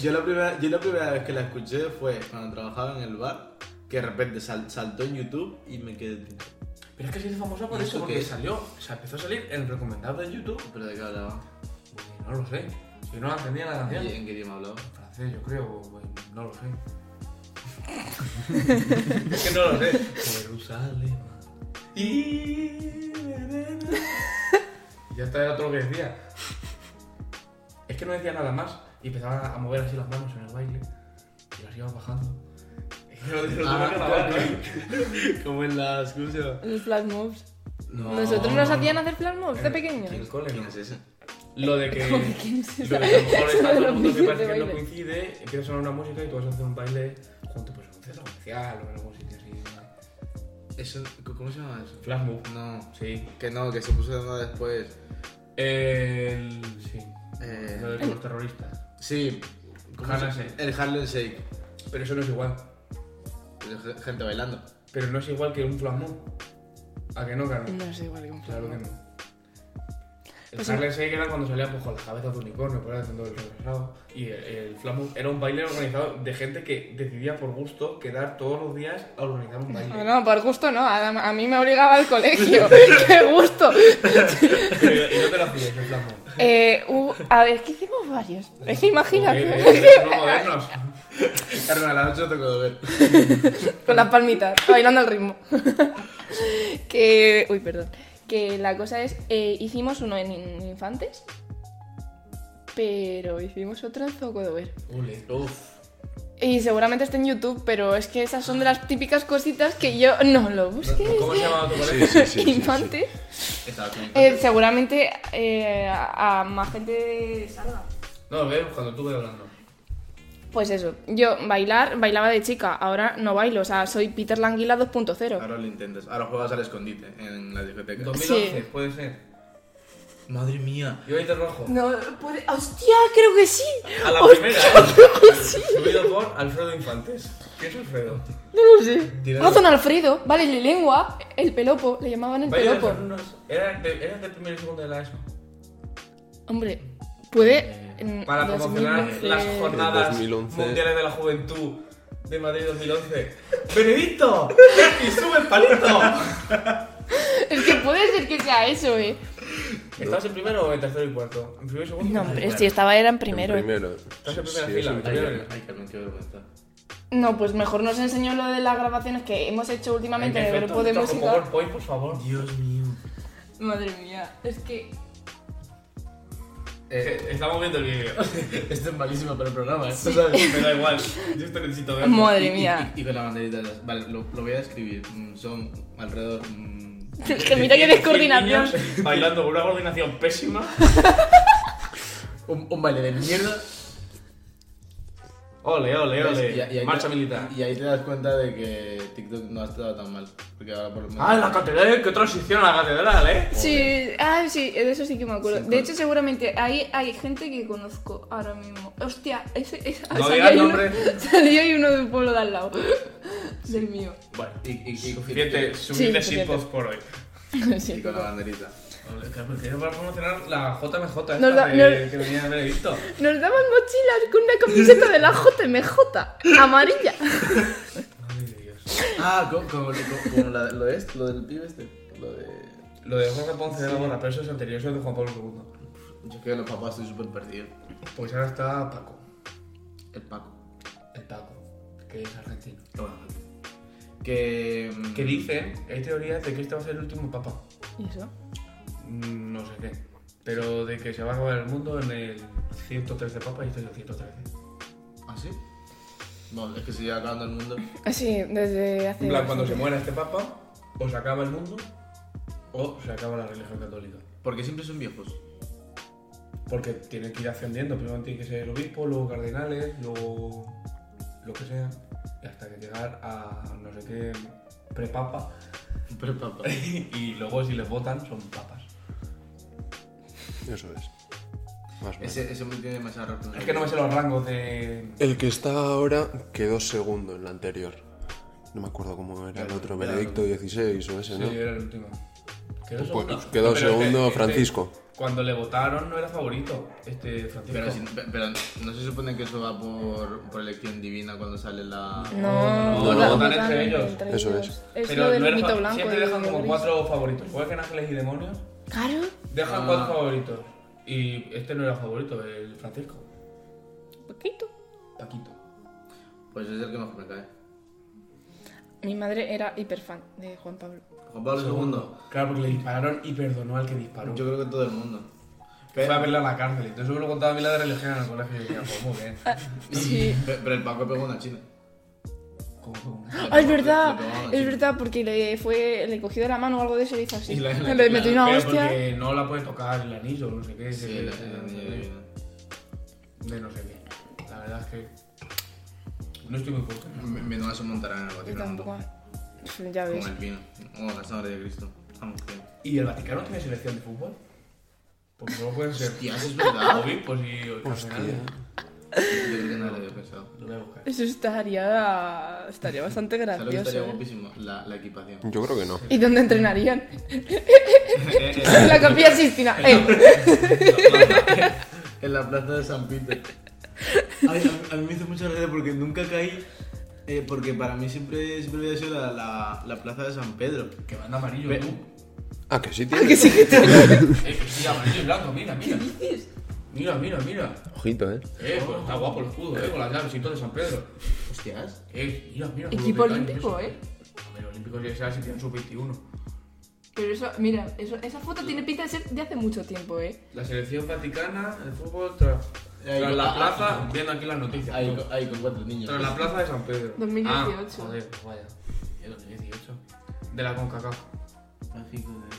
Yo la, primera, yo la primera vez que la escuché fue cuando trabajaba en el bar, que de repente sal- saltó en YouTube y me quedé. tipo,
Pero es que se hizo famosa por
¿Y
eso,
eso
porque
qué es?
salió, o sea, empezó a salir en recomendado de YouTube.
¿Pero de qué hablaba?
Y no lo sé. Yo no la entendía la canción.
¿Y ¿En qué idioma hablaba?
En francés, yo creo, o en- no lo sé. es que no lo sé. Jerusalén. Y ya está, era todo lo que decía. Es que no decía nada más y empezaba a mover así las manos en el baile y las iba bajando. Es que lo- lo tuve que grabar,
Ah,
¿eh?
Como en las. ¿Cómo se llama?
Los flash mobs.
No.
Nosotros nos hacían hacer flash mobs de
En-
pequeños.
en el cole,
¿Quién
¿no?
es ese?
Lo de Eh, que.
¿Cómo que quién se
lo de
sabe?
que a lo mejor está todo el mundo que
Solo
parece que no
baile.
coincide, empieza a sonar una música y tú vas a hacer un baile junto, pues en un centro comercial o en algún sitio así. ¿no?
Eso- ¿Cómo se llama eso?
Flash move.
No.
Sí.
Que no, que se puso de moda después.
El. Sí.
Eh,
Lo de los terroristas.
Sí. ¿cómo
Harlem
se-
Shake.
El Harlem Shake.
Pero eso no es igual.
El ge- Gente bailando.
Pero no es igual que un flash move. ¿A que no, Carmen?
No es igual que un flash
Claro que
mob.
no. El
Pues
Harlem Shake era cuando salía pues, con las cabezas de unicornio, por ahí haciendo el retrasado. Y el, el Flamboy era un baile organizado de gente que decidía por gusto quedar todos los días a organizar un baile.
No, no, por gusto no, a, a mí me obligaba al colegio. ¡Qué gusto!
Pero- y no te lo pides, el Flamboy.
Eh, hubo- a ver, ¿qué hicimos varios? Es
Pues,
que imagínate,
Los eh, modernos.
Carmen, a las 8 tengo que ver.
con las palmitas, bailando al ritmo. que. Uy, perdón. Que la cosa es, eh, hicimos uno en in- infantes, pero hicimos otro en Zocodover.
Ule.
Uf,
Y seguramente está en YouTube, pero es que esas son de las típicas cositas que yo no lo busqué.
¿Cómo se llamaba tu colegio?
Sí, sí, sí. sí, sí.
Infantes.
estaba con
Eh, seguramente eh, a, a más gente salga.
No, veo cuando tú ves hablando.
Pues eso, yo bailar, bailaba de chica, ahora no bailo, o sea, soy Peter Languila 2.0.
Ahora lo intentas. Ahora juegas al escondite en la discoteca.
2011, puede ser.
Madre mía.
Yo de rojo.
No, puede- ¡Hostia! Creo que sí.
A la
Hostia,
primera. ¿eh? Subido por Alfredo Infantes. ¿Qué es Alfredo?
No lo sé.
Tira-
Razón Alfredo, vale, la lengua, el pelopo, le llamaban el
Vaya, los
pelopo.
alumnos. Eran de, eran de primero y segundo de la ESO.
Hombre, puede. en
Eh,
eh,
Para promocionar
2011.
las jornadas
2011.
mundiales de la juventud de Madrid 2011. ¡Benedicto! ¡Y sube el palito!
Es que puede ser que sea eso, eh.
¿Estabas en primero o en tercero y cuarto? ¿En primero y segundo?
No, hombre, si estaba era en primero.
Primero.
Estás en primera
Sí,
fila.
Ay,
eso-
Carmen, ay, Carmen, qué vergüenza.
No, pues mejor nos enseñó lo de las grabaciones que hemos hecho últimamente en el grupo de
efecto,
música.
Con PowerPoint, por favor.
Dios mío.
Madre mía, es que.
Eh, estamos viendo el vídeo.
Esto es malísimo para el programa, ¿eh?
Tú sabes, me da igual. Yo esto necesito verlo.
Y-
Madre
y-
mía.
Y, y con la banderita. de las- Vale, lo, lo voy a describir. Mm, Son alrededor. mm,
Es que mira qué descoordinación.
Cien niños Bailando con una coordinación pésima.
Un, un baile de mierda.
Ole, ole,
¿Ves? Y- y
ole.
ahí
Marcha
te-
militar.
Y ahí te das cuenta de que TikTok no ha estado tan mal. Porque ahora por lo menos.
Ah, la catedral, qué transición a la catedral, eh.
Sí, ah, sí, de eso sí que me acuerdo.
Sí,
de
claro.
hecho, seguramente ahí hay gente que conozco ahora mismo. Hostia, ese, ese
No digas
salía ahí uno-
nombre.
salía ahí uno del pueblo de al lado. Del mío.
Bueno, y, y, y,
Suficiente,
y-
suficiente
suficiente.
shitpost por hoy.
y
Sí,
con la banderita.
Quiero para promocionar la JMJ esta
Nos da-
de-
nos-
que venía de Benedicto.
Nos daban mochilas con una camiseta de la JMJ amarilla.
Ay, Dios.
Ah, como, como, como- como la- lo es, lo del pibe este. Lo de.
Lo de Jorge Ponce de la Borra, pero eso es anterior, eso es de Juan Pablo II.
Yo creo que los papás estoy súper perdidos.
Pues ahora está Paco.
El Paco.
El Paco, que es argentino.
Que. mm,
Que dicen, hay teorías de que este va a ser el último papa.
¿Y eso?
Mm, No sé qué. Pero de que se va a acabar el mundo en el 113 papa y este es el 113.
¿Ah, sí? Bueno, es que se lleva acabando el mundo.
Sí, desde hace.
En plan, cuando se muera este papa, o se acaba el mundo, o se acaba la religión católica.
Porque siempre son viejos.
Porque tiene que ir ascendiendo, primero tiene que ser obispo, luego cardenales, luego lo que sea, y hasta que llegar a no sé qué prepapa,
Pero papá.
y luego si les votan son papas.
Eso es. Más o menos.
Ese, ese hombre tiene demasiada
Es que no me sé los rangos de...
El que está ahora quedó segundo en la anterior. No me acuerdo cómo era el otro,
claro.
Benedicto XVI o ese,
Sí,
¿no?
era el último. Quedó
Pues
segundo.
quedó
No, pero
segundo
este- este-
Francisco.
cuando le votaron no era favorito este Francisco.
Pero, si- pe- pero no se supone que eso va por, por elección divina cuando sale la.
No,
No,
no,
la-
no,
votan
votan
entre ellos.
entre
Eso
ellos.
es.
Es
Pero
lo del
no era
mito
fa-
blanco.
Siempre
de
dejan como
gris.
cuatro favoritos. Igual que en Ángeles y Demonios,
Claro.
dejan
Ah.
cuatro favoritos. Y este no era favorito, el Francisco.
Poquito.
Paquito.
Pues es el que mejor me cae.
Mi madre era hiperfan de Juan Pablo.
Juan Pablo
Segundo.
II.
Claro, porque le dispararon y perdonó al que disparó.
Yo creo que todo el mundo.
Fue a
Pero,
verla a la cárcel. Entonces yo me lo contaba a mí la de religión en el colegio y yo decía, pues muy bien.
Ah. Sí.
pe- pero el Paco pegó una china.
Como que una-
Le
Ah, es
pegó- le-
verdad,
le pegó una
es
china.
verdad, porque le fue, le cogió de la mano o algo de eso y le hizo así.
Y la- la-
le metió una
Pero
hostia.
porque no la puede tocar el anillo, no sé qué.
Sí,
de-
la-
de-
la niña
de-
divina.
de no sé qué. La verdad es que no estoy muy puesto.
Me- Me no se montarán en el
Yo
Vaticano.
tampoco. Pf, Ya
Como
ves.
el vino. Como la sangre de Cristo. Vamos, que.
¿Y el Vaticano tiene selección de fútbol? Porque no pueden ser Pues
Tías, es verdad.
obispos y
Hostia.
cardenales.
Yo creo que no lo había pensado.
Lo voy a buscar.
Eso estaría, estaría bastante
¿Sabes lo que estaría
gracioso. ¿eh?
guapísimo? La, la equipación.
Yo creo que no.
¿Y dónde entrenarían?
Eh, eh,
En la capilla Sistina.
En
Eh,
la plaza- en la plaza de San Peter. Ay, a, a mí me hizo mucha gracia porque nunca caí. eh, porque para mí siempre, siempre había sido la, la, la plaza de San Pedro.
Que manda amarillo,
Ve-
tú.
Ah, que sí
ah, que
tiene.
sí que te-
Eh, que sí, amarillo y blanco, mira, mira. Mira, mira, mira.
Ojito, eh.
Eh, pues está guapo el escudo, eh, con las llaves y todo de San Pedro.
Hostias.
Eh, mira, mira.
Equipo
con los
olímpico,
detalles.
¿eh?
Hombre, olímpico ya será si tienen sub 21.
Pero eso, mira, eso- esa foto tiene pinta de ser de hace mucho tiempo, ¿eh?
La selección vaticana, el fútbol tras,
Ahí,
tras la
ahí,
plaza, viendo aquí las noticias.
Ahí,
tú.
con- ahí con cuatro niños.
tras la plaza de San Pedro.
2018.
Ah, joder, pues vaya. El 2018. De la CONCACAF.
Tráfico de-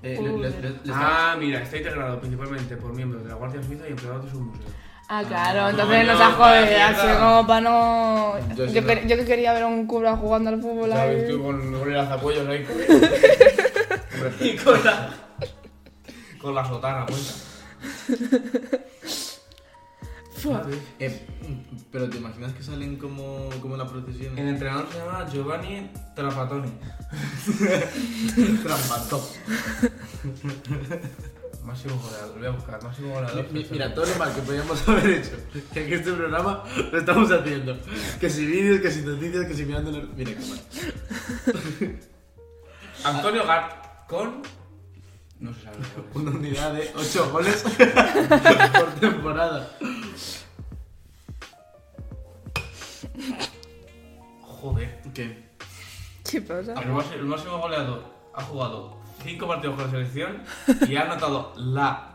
Eh, le- le- le- le estaba-
Ah, mira, está integrado principalmente por miembros de la Guardia Suiza y empleados de su museo.
Ah,
Ah,
claro, entonces
coño,
nos ha jodido,
mierda.
ha sido como para no...
Yo
Yo,
sí no-
que, yo que quería ver a un cura jugando al fútbol
¿Sabes?
ahí.
Tú con, con el azapuellos ahí. y con la. Con la sotana puesta.
Fua.
Eh, pero te imaginas que salen como, como en la procesión.
El entrenador se llama Giovanni Trapattoni.
Trampatón.
Máximo goleador, lo voy a buscar. Máximo goleador.
Mi- mi- Mira, todo lo mal que podíamos haber hecho. Que aquí este programa lo estamos haciendo. Que si vídeos, que si noticias, que si mirando. la- Mira qué mal.
Antonio Gart con. No se sabe los goles.
Una unidad de 8 goles por temporada.
Joder.
¿Qué?
¿Qué pasa?
El más- el máximo goleador ha jugado 5 partidos con la selección y ha anotado la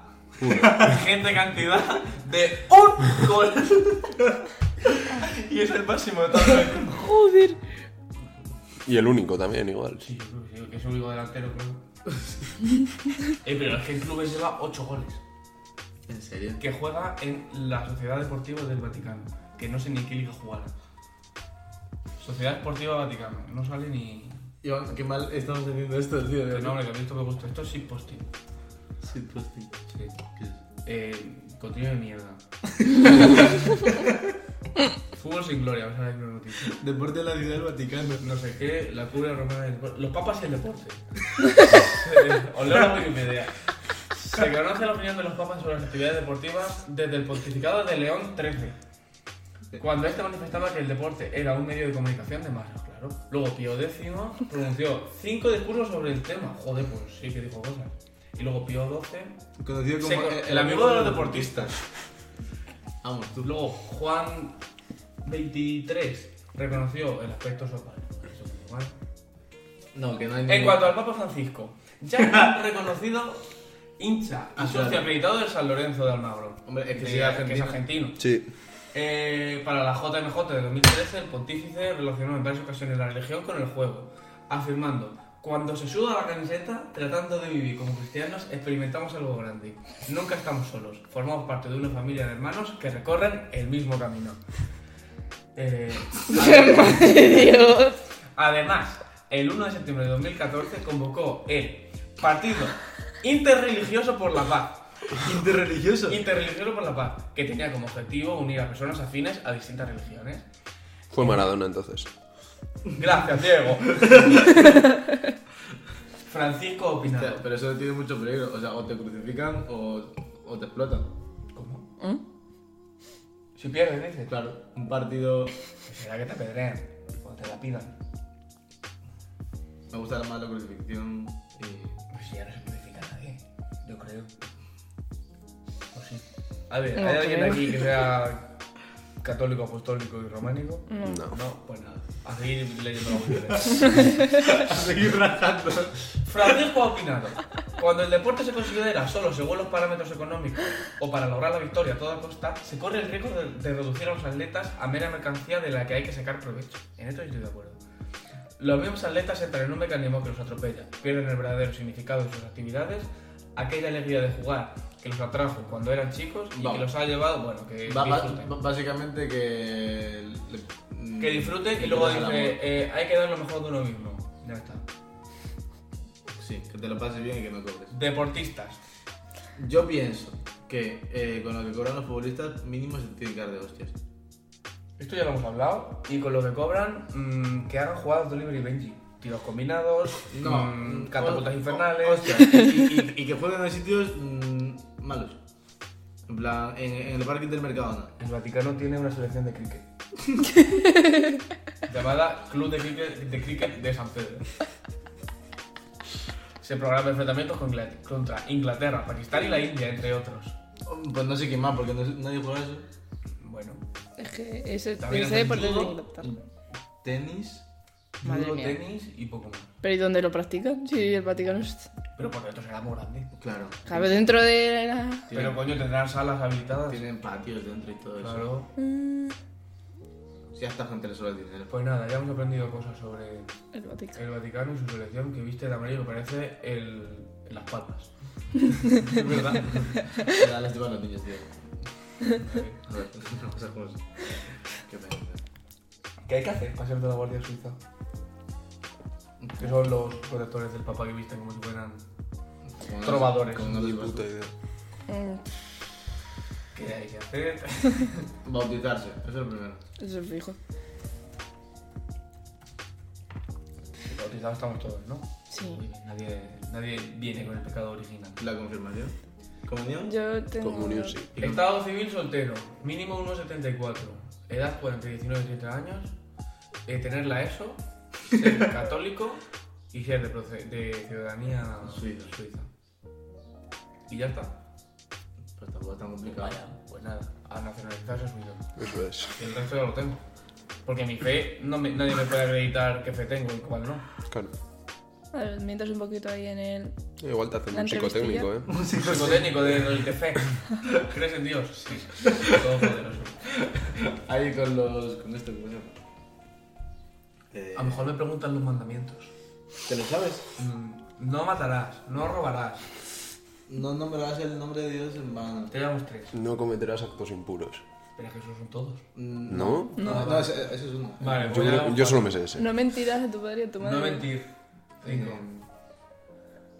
gente cantidad de un gol. y es el máximo de todos los
Joder.
Y el único también, igual.
Sí, yo creo que sí, que es el único delantero, creo. eh, pero es que el club lleva 8 goles.
¿En serio?
Que juega en la Sociedad Deportiva del Vaticano. Que no sé ni en qué liga jugara. Sociedad Deportiva Vaticano. No sale ni.
Iván, qué mal estamos haciendo esto, tío. De
Pero no,
verdad.
hombre, que a mí esto me gusta. Esto es sin posting.
Sí, pues, tío.
Sí.
¿Qué es?
Eh, contenido de mierda. Fútbol sin gloria, vamos a ver una noticia.
Deporte de la Ciudad del Vaticano.
No sé qué, la cura romana del deporte. Los papas y el deporte. Olé la Wikipedia. Se conoce la opinión de los papas sobre las actividades deportivas desde el pontificado de León XIII. Cuando este manifestaba que el deporte era un medio de comunicación de masas, claro. Luego Pío X pronunció cinco discursos sobre el tema. Joder, pues sí que dijo cosas. Y luego Pío XII
Conocido como
se- el, amigo de los deportistas.
Vamos, tú.
Luego, Juan 23 reconoció el aspecto sopal. Eso es normal.
No, que no hay
En
ningún-
cuanto al Papa Francisco, ya ha reconocido hincha y
Ah,
socio
claro.
acreditado del San Lorenzo de Almagro.
Hombre, es que
De-
sí,
es
argentino.
argentino.
Sí.
Eh, para la JMJ de 2013, el pontífice relacionó en varias ocasiones la religión con el juego, afirmando, cuando se suda la camiseta, tratando de vivir como cristianos, experimentamos algo grande. Nunca estamos solos, formamos parte de una familia de hermanos que recorren el mismo camino. Eh,
Madre de Dios.
Además, el 1 de septiembre de 2014 convocó el Partido Interreligioso por la Paz.
Interreligioso.
Interreligioso por la Paz, que tenía como objetivo unir a personas afines a distintas religiones.
Fue Maradona entonces.
Gracias, Diego. Francisco
O sea,
Opinado.
Pero eso tiene mucho peligro. O sea, o te crucifican o, o te explotan.
¿Cómo?
¿Mm?
Si pierdes, dices.
Claro, un partido.
Pues será que te apedrean o te la pidan.
Me gusta más la crucifixión. Y...
Pues ya no se purifica nadie, yo creo. O sí. A ver,
No
¿hay alguien
creo.
aquí que sea católico, apostólico y románico?
Mm.
No.
No, pues nada. A seguir leyendo la Wikipedia.
A seguir rajando.
Francisco ha opinado. Cuando el deporte se considera solo según los parámetros económicos o para lograr la victoria a toda costa, se corre el riesgo de, de reducir a los atletas a mera mercancía de la que hay que sacar provecho. En esto yo estoy de acuerdo. Los mismos atletas entran en un mecanismo que los atropella, pierden el verdadero significado de sus actividades, aquella alegría de jugar que los atrajo cuando eran chicos y
Vamos.
que los ha llevado, bueno, que
Ba- ba-
disfruten.
ba- básicamente que. le- mm,
Que disfruten y luego
que te
dice,
des el amor.
eh, hay que dar lo mejor de uno mismo. Ya está.
Sí, que te lo pases bien y que no cobres.
Deportistas.
Yo pienso que eh, con lo que cobran los futbolistas, mínimo se tienen que dar de hostias.
Esto ya lo hemos hablado. Y con lo que cobran, mm, que hagan jugadas de Oliver y Benji. Tiros combinados, mm, catapultas
o-
infernales.
o- hostias. y, y- y que jueguen en sitios mm, malos. En plan, en, en el parque del Mercadona.
El Vaticano tiene una selección de cricket. llamada Club de Cricket de, Cricket de San Pedro. Se programa enfrentamientos con Inglaterra- contra Inglaterra, Pakistán y la India, entre otros.
Mm, Pues no sé quién más, porque no, sé- nadie juega eso.
Bueno,
Es que ese,
También
ese
hacen
deporte es de
judo.
Inglaterra.
Tenis.
Madre
judo,
mía.
tenis y poco más.
Pero ¿y dónde lo practican? Sí, el Vaticano es...
Pero por dentro será muy grande.
Claro.
Claro, dentro de la...
Tienen-
Pero coño, tendrán salas habilitadas.
Tienen patios dentro y todo eso.
Claro.
Mm,
Si hasta gente le suele dinero.
Pues nada, ya hemos aprendido cosas sobre
El Vaticano.
el Vaticano y su selección que viste de amarillo que parece el, las palmas.
Es verdad. Me da lástima a los niños, tío. A ver, vamos a jugar. Qué pena.
¿Qué hay que hacer para ser de la Guardia Suiza? Que son los protectores del papá que visten como si fueran.
Con unos-
Trovadores.
Con
Ni
unos
puta
brazos.
idea.
Mm,
¿Qué hay que hacer?
Bautizarse, eso es lo primero.
eso es fijo.
Bautizados estamos todos, ¿no?
Sí.
Muy bien, Nadie, nadie viene con el pecado original.
La confirmación. Comunión.
Yo tengo...
Comunión Pues sí.
Y con-
Estado civil soltero, mínimo 1,74. Edad puede entre 19 y 30 años. eh, tener la ESO, ser católico y ser de, proce- de ciudadanía
Suiza.
suiza. Y ya está.
Pues tampoco es tan complicado.
pues nada, a nacionalizarse suizo.
Eso es.
Y el resto ya lo tengo. Porque mi fe, no me- nadie me puede acreditar qué fe tengo y cuál no.
Claro.
A ver, mientras un poquito ahí en el...
Igual te hacen
La
un psicotécnico, ¿eh?
Psicotécnico de del que fe. ¿Crees en Dios? Sí. Todopoderoso.
Ahí con los. con este comunión. Eh,
A lo mejor me preguntan los mandamientos.
¿Te lo sabes?
Mm, No matarás, no robarás.
No nombrarás el nombre de Dios en vano.
Te llevamos tres.
No cometerás actos impuros.
Pero es que esos son todos.
Mm,
¿No?
No, no, ese, ese es uno.
Vale,
Yo, creo- yo solo me sé ese.
No mentirás a tu padre y a tu madre.
No mentir. Cinco.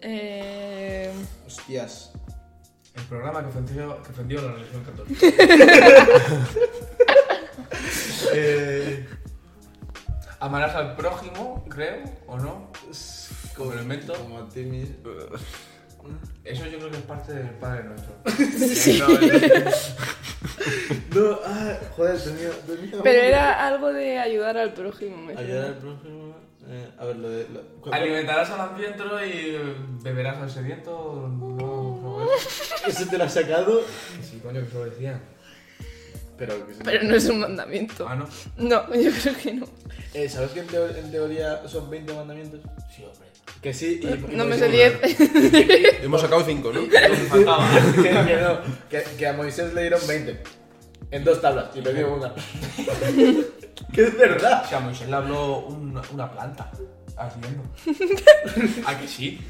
Eh,
Eh...
hostias.
El programa que ofendió, que ofendió a la religión católica.
Eh,
Amarás al prójimo, creo, o no.
como
Complemento.
Como a ti mismo.
Eso yo creo que es parte del Padre Nuestro.
Sí.
No, es-
No, ah, joder, tenía. tenía
Pero era algo de ayudar al prójimo. me
Ayudar
suena.
al prójimo. Eh, a ver, lo de. Lo, cu-
Alimentarás al hambriento y beberás al sediento. No, no es.
Eso te lo has sacado.
Que Sí, coño, que eso lo decían.
Pero, que-
Pero no es un mandamiento.
Ah, no.
No, yo creo que no.
Eh, ¿Sabes que en, teo- en teoría son 20 mandamientos?
Sí, hombre.
Que sí, y. y
No me este.
Moisés-
sé 10.
Hemos sacado cinco, ¿no?
Faltaba.
que, que no, que, que a Moisés le dieron 20. En dos tablas, y le dio una. que es verdad.
Si a Moisés le habló una, una planta. Haciendo. ¿A que sí?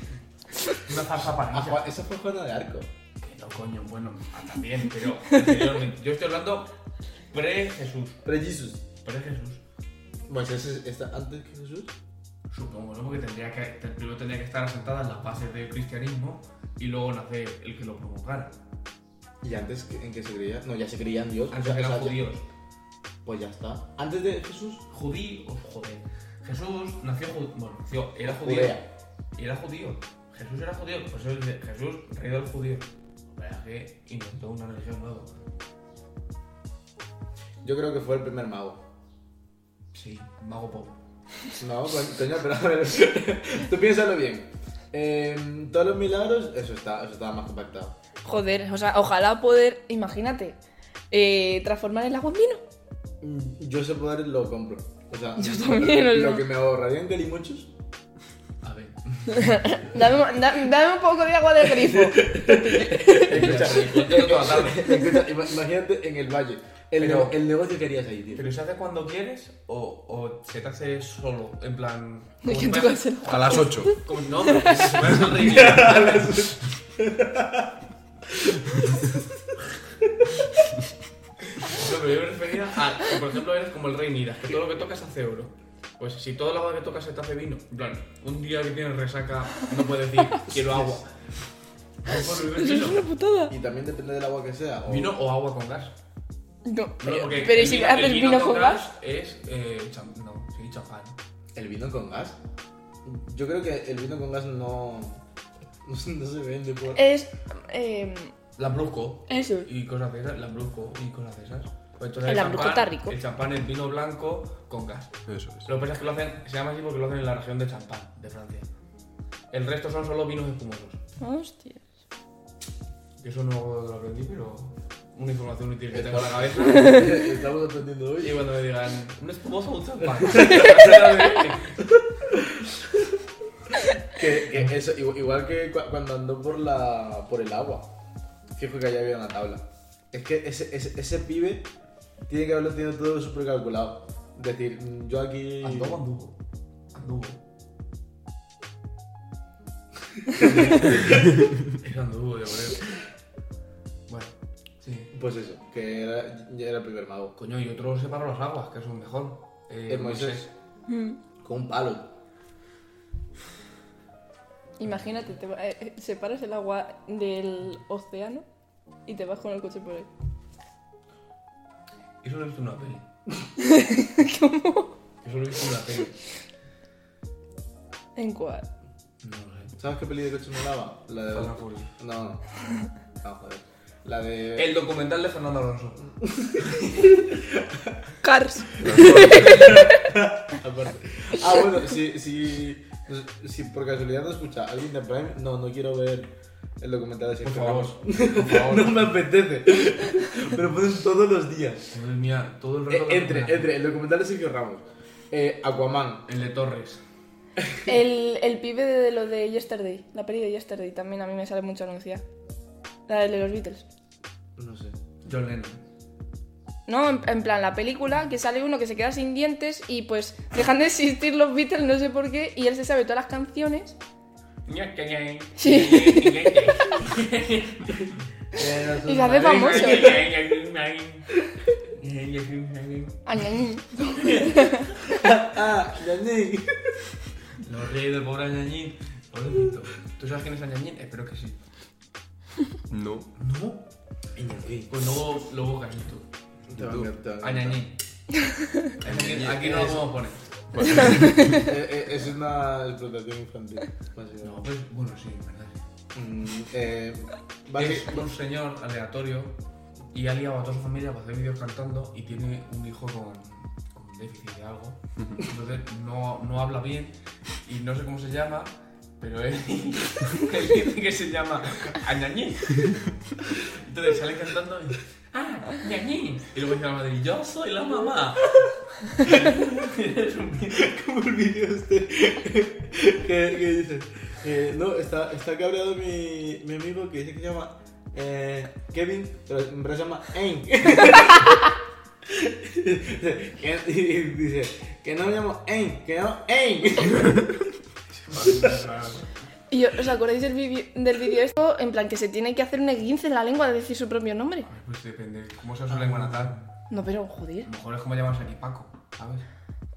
Una zarza para
A Juan- esa fue Juana de Arco.
Que no, coño, bueno, ah, también, pero anteriormente. Yo estoy hablando pre-Jesús.
Pero Jesús.
Pre-Jesús.
Moisés es- está antes que Jesús.
Supongo, ¿no? Porque tendría que, te- primero tendría que estar asentada en las bases del cristianismo y luego nacer el que lo provocara.
Y antes, que- ¿en qué se creía? No, ya se creía en Dios. o
Antes
sea,
eran
o sea,
judíos.
Pues ya está. Antes de Jesús,
Judío, joder. Jesús nació, ju- bueno, nació, era judío.
Judea.
Y era judío. Jesús era judío. Por eso dice, Jesús, rey del judío. La verdad es que inventó una religión nueva.
Yo creo que fue el primer mago.
Sí, mago pobre.
No, co- coño, pero a ver. Tú piénsalo bien. Em, todos los milagros, eso está, eso estaba más compactado.
Joder, o sea, ojalá poder, imagínate, eh, transformar el agua en vino.
Mm, Yo ese poder lo compro. O sea,
Yo también, o sea.
lo que me ahorraría en galimuchos.
A ver.
Dame, da- dame un poco de agua del grifo.
Escucha, cuéntalo toda la tarde.
Escucha, ima- imagínate en el valle. El,
Pero-
nego- el negocio que harías ahí, tío.
¿Pero se hace cuando quieres o, o se te hace solo? En plan.
Es que
como-
tú vas a ser-
A las ocho.
como- no, pero que se me hace horrible. No, pero yo me refería a, que, por ejemplo, eres como el rey Midas, que todo lo que tocas hace oro. Pues si todo el agua que tocas se te hace vino, en plan, un día que tienes resaca no puedes decir, quiero agua. Por beber
Eso es
vino.
una putada.
Y también depende del agua que sea. O...
Vino o agua con gas.
No,
No,
pero,
porque
pero ¿y
el
si
vino-
haces
el
vino con gas?
Es. Eh, cham- no, sí, champán.
¿El vino con gas? Yo creo que el vino con gas no. No, se- no se vende por.
Es. eh,
Lambrusco
eso.
y cosas de esas. Lambrusco y cosas de esas. Pues entonces
El lambrusco
champán-
está rico.
El champán es vino blanco con gas.
Eso es.
Lo que pasa es que lo hacen, se llama así porque lo hacen en la región de Champán, de Francia. El resto son solo vinos espumosos.
Hostia.
Que eso no lo aprendí, pero una información útil que tengo en la cabeza.
Estamos aprendiendo hoy.
Y cuando me digan, ¿un espumoso o un champán?
Que, que eso, igu- igual que cua- cuando andó por la por el agua, fijo que allá había una tabla. Es que ese, ese, ese pibe tiene que haberlo tenido todo súper calculado. Es decir, mm, yo aquí.
Anduvo, anduvo. Anduvo. Es anduvo, yo creo. Bueno, sí.
Pues eso, que era, ya era el primer mago.
Coño, y otro separo las aguas, que son mejor. Eh,
Es Moisés.
Mm.
Con un palo.
Imagínate, te va- eh, eh, separas el agua del océano y te vas con el coche por ahí.
Eso lo he visto en una peli. ¿Cómo? Eso lo he visto en una peli.
¿En cuál?
No lo sé. pues,
¿Sabes qué peli de coche me daba? La de.
Fast
No,
and Furious.
no. No, joder. La de.
El documental de Fernando Alonso.
Cars.
Aparte. Ah, bueno, si, si, si por casualidad no escucha alguien de Prime, no, no quiero ver el documental de
Por
Sergio
favor.
Ramos.
Por favor.
No me apetece. Pero ponen todos los días.
Madre mía, todo el
Eh,
rato. que
entre,
me-
entre el documental de Sergio Ramos, eh, Aquaman.
El de Torres.
El, el pibe de lo de Yesterday, la peli de Yesterday también a mí me sale mucho anunciar. La de los Beatles.
No sé.
John Lennon.
No, en, en plan, la película que sale uno que se queda sin dientes y pues dejan de existir los Beatles, no sé por qué, y él se sabe todas las canciones. Sí. Y se hace famoso. Añañí.
Ah, Yannick.
Los reyes del pobre Añañín. Pobrecito. ¿Tú sabes quién es Añañín? Espero que sí.
No.
¿No? Pues luego, luego Gasito.
Te va
Ah,
a encantar, te va a encantar.
Añañín. Aquí, aquí no lo podemos poner.
Eh, eh, Es una explotación infantil.
No,
básicamente.
pues bueno, sí, en verdad.
Mm, eh, vale.
Es un señor aleatorio y ha liado a toda su familia para hacer vídeos cantando y tiene un hijo con, con déficit de algo. Entonces no, no habla bien y no sé cómo se llama, pero él, él dice que se llama Añañí. Entonces sale cantando y... ¡Ah, Añañí! Y luego dice la madre, yo soy la mamá. Es un vídeo.
como el vídeo este que, que dice eh, no está, está cabreado mi, mi amigo que dice que se llama eh, Kevin pero en verdad se llama Ain Que- y dice que no me llamo Ain que no Ain
Y yo, ¿os acordáis del vídeo del vídeo esto? En plan, que se tiene que hacer un esguince en la lengua de decir su propio nombre.
Pues depende, ¿cómo sea su lengua natal?
No, pero
A
joder.
lo mejor es como llamarse aquí Paco, ¿sabes?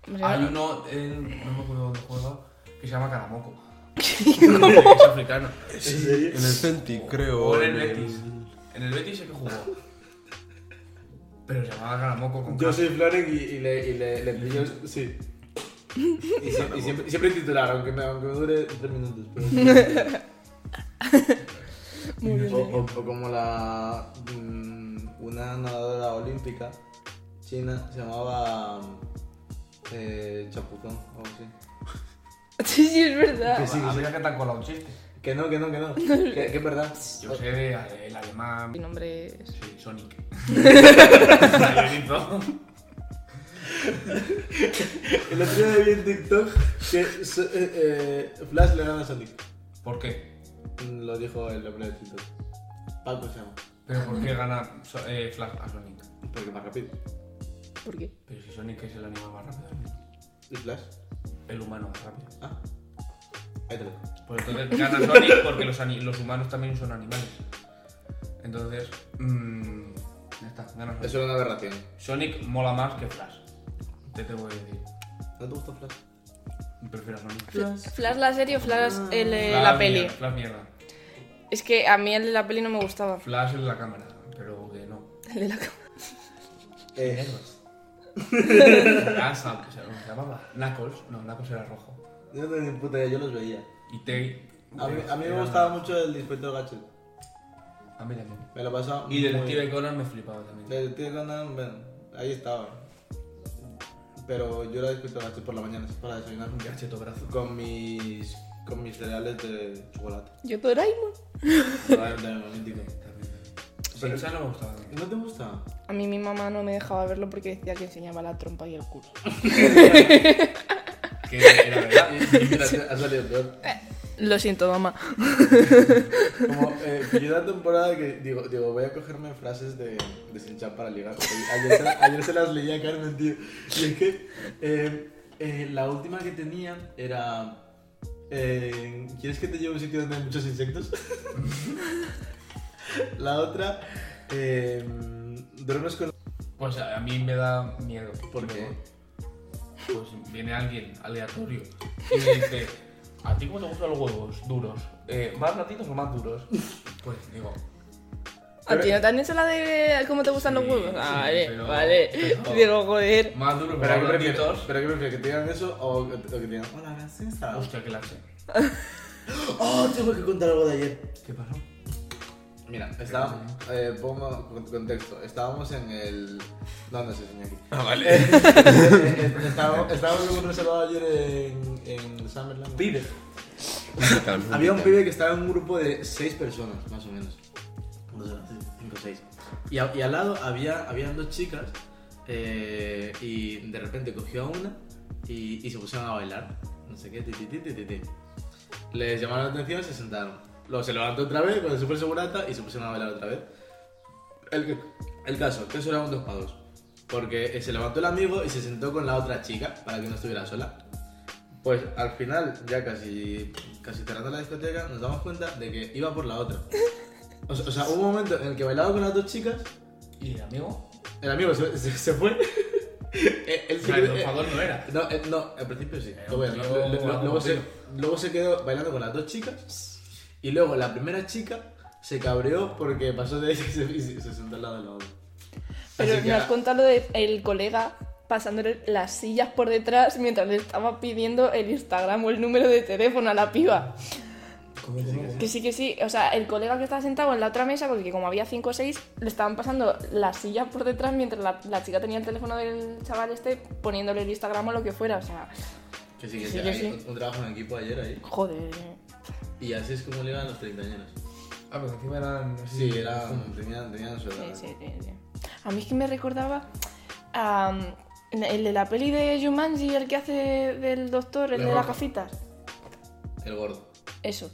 Hombre,
Hay
no.
uno, en- no me acuerdo dónde juega, que se llama Caramoco. ¿Cómo? Es africano.
En el Fenty, creo.
O en el Betis. En el Betis es que jugó. Pero se llamaba Caramoco con
yo
K.
soy Floren y, y le, y le, le pillo sí y, sie- y siempre, siempre titular aunque me, aunque me dure tres minutos pero-
Muy bien.
O, o- o como la. mm, Una nadadora olímpica china se llamaba. mm, Eh, Chapuzón o algo así.
Sí, sí, es verdad.
sí, que sí.
Habría que te han colado un chiste.
Que no, que no, que no. que, que es verdad.
Yo sé de ale- el alemán.
Mi nombre es.
Sí, Sonic. Mayorito.
El otro día vi en TikTok que so- eh, eh, Flash le gana a Sonic.
¿Por qué?
Mm, Lo dijo el hombre de TikTok. Paco se llama.
¿Pero por qué gana So- eh, Flash a Sonic?
Porque más rápido.
¿Por qué?
Pero si Sonic es el animal más rápido, del mundo.
¿Y Flash?
el humano más rápido.
Ah. Ahí te lo
Pues entonces gana Sonic porque los, ani- los humanos también son animales. Entonces, mmm, ya está, gana Sonic.
Eso era una aberración.
Sonic mola más que Flash. Te tengo que decir.
¿No te gustó Flash?
Prefiero a Sonic.
Flash la serie o Flash el, eh, la
Flash
peli.
mierda, Flash mierda.
Es que a mí el de la peli no me gustaba.
Flash en la cámara, pero que no.
El de la cámara.
Eh,
Nervas. Asa, que se ¿cómo se llamaba. Knuckles, no, Knuckles era rojo.
yo no tenía ni puta idea, yo los veía.
Y Tail.
A mí, a mí me
era-
gustaba mucho el inspector Gadget.
A mí también.
Me lo pasaba.
Y
muy Eh.
Detective Conan me flipaba también.
bien. Detective Conan, bueno, ahí estaba. Pero yo era inspector Gadget por la mañana para desayunar
Un cacheto brazo.
con mis con mis cereales de chocolate.
Yo Doraemon.
Chocolate también, mítico.
También.
Pero-
Pero esa no me gustaba.
¿No te gusta?
A mí mi mamá no me dejaba verlo porque decía que enseñaba la trompa y el culo.
Que era verdad.
Mira, ha salido peor.
Lo siento, mamá.
Como eh, yo una temporada que digo, digo, voy a cogerme frases de, de Sin Chan para ligar. porque Ayer se, ayer se las leía a Carmen, tío. Y es que eh, eh, la última que tenía era. eh, ¿Quieres que te lleve a un sitio donde hay muchos insectos? la otra. Eh, Drones con.
Pues a a mí me da miedo.
¿Por qué?
Pues viene alguien aleatorio y me dice, ¿a ti cómo te gustan los huevos duros? Eh, ¿Más platitos o más duros? Pues digo,
¿A ti no te han hecho la de cómo te gustan los
Sí,
huevos? Ah,
sí,
Vale,
pero-
vale.
pero-
Digo, joder.
más duros,
¿Pero
más
qué prefieres?
platitos.
¿Pero qué prefieres? ¿Que te digan eso o, o que te digan. Hola, gracias. ah,
Hostia, qué lache.
¡Oh! Tengo que contar algo de ayer.
¿Qué pasó?
Mira, estábamos, eh, pongo con- contexto, estábamos en el... No, no sé, señor.
Ah, vale.
Eh, estábamos, estábamos en un reservado ayer en, en Summerland.
Pide.
Había un pibe que estaba en un grupo de seis personas, más o menos. Dos, cinco, seis. Y, a- y al lado había, habían dos chicas eh, y de repente cogió a una y, y se pusieron a bailar. No sé qué, ti, ti, ti, ti, ti, ti. Les llamaron la atención, se sentaron. Luego se levantó otra vez con el super segurata y se pusieron a bailar otra vez. El, el caso, que eso era un dos pavos. Porque eh, se levantó el amigo y se sentó con la otra chica para que no estuviera sola. Pues al final, ya casi, casi cerrando la discoteca, nos damos cuenta de que iba por la otra. O, sea- o sea, hubo un momento en el que bailaba con las dos chicas,
¿Y el amigo?
el amigo se, se- se fue. Eh, él
O
se
sea,
quedó-
el enojador no era.
eh, no, eh, no, al principio sí.
Era
Lo voy a-
un
lo-
tío
lo- lo- luego, se,
guapotino.
luego se quedó bailando con las dos chicas y luego la primera chica se cabreó porque pasó de ella y se, y se- se sentó al lado de la otra.
Pero
Así que
me has contado lo de el colega pasándole las sillas por detrás mientras le estaba pidiendo el Instagram o el número de teléfono a la piba.
¿Cómo, cómo, cómo?
Que sí, que sí. O sea, el colega que estaba sentado en la otra mesa, porque como había cinco o seis, le estaban pasando las sillas por detrás mientras la, la chica tenía el teléfono del chaval este poniéndole el Instagram o lo que fuera. O sea,
Que sí, que
Sí,
sí,
que
hay
sí.
Un, un trabajo en equipo ayer ahí.
joder. eh.
Y así es como le iban los treintañeros.
Ah, pero encima eran...
Sí, era, tenían, tenían su edad.
Sí, sí, sí, sí. A mí es que me recordaba a... el de la peli de Jumanji, el que hace del doctor, el
La
de las
roca.
gafitas.
El gordo.
Eso.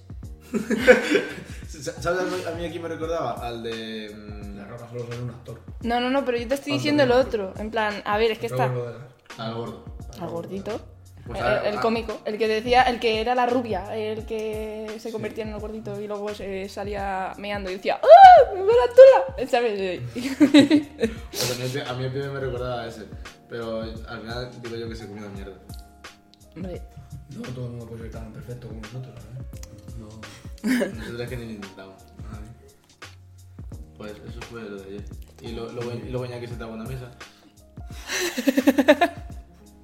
¿Sabes a mí- a mí aquí me recordaba? Al de. mm,
La roca solo era un actor.
No, no, no, pero yo te estoy
Cuando
diciendo lo
vemos.
otro. En plan, a ver, es que está
Luego lo de la-
Al gordo.
al gordito.
Pues
el,
ahora-
el cómico, el que decía, el que era la rubia, el que se convertía en el gordito y luego se salía meando y decía ¡Ah! ¡Me veo la tula! ¿Sabes?
pues a, mí, el pibe- a mí el pibe me recordaba a ese. Pero al final digo yo que se comió la mierda.
Hombre,
No todo el mundo puede ser tan perfecto como nosotros, ¿eh? No.
Nosotros es que ni lo intentamos.
Vale.
Pues eso fue lo de ayer. Y lo, lo, buen- lo buena que se estaba en la mesa.
Lo que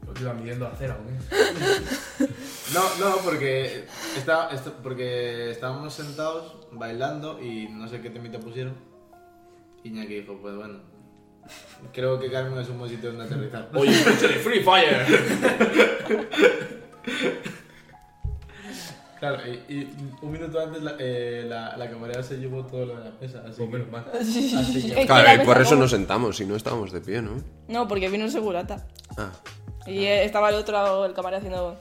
Pues iba midiendo a cera, ¿o qué?
No, no, porque, está, está- porque estábamos sentados bailando y no sé qué temita pusieron. Iñaki dijo, pues bueno, creo que Carmen es un buen sitio donde aterrizar.
Oye, de Free Fire.
Claro, y, y un minuto antes la, eh, la, la camarera se llevó todo lo de la mesa, así
Pues
que... Así que-
Es que la
Claro, y
mesa
por eso
como-
nos sentamos, si no estábamos de pie, ¿no?
No, porque vino un segurata.
Ah,
Y eh, estaba el otro, lado, el camarero haciendo...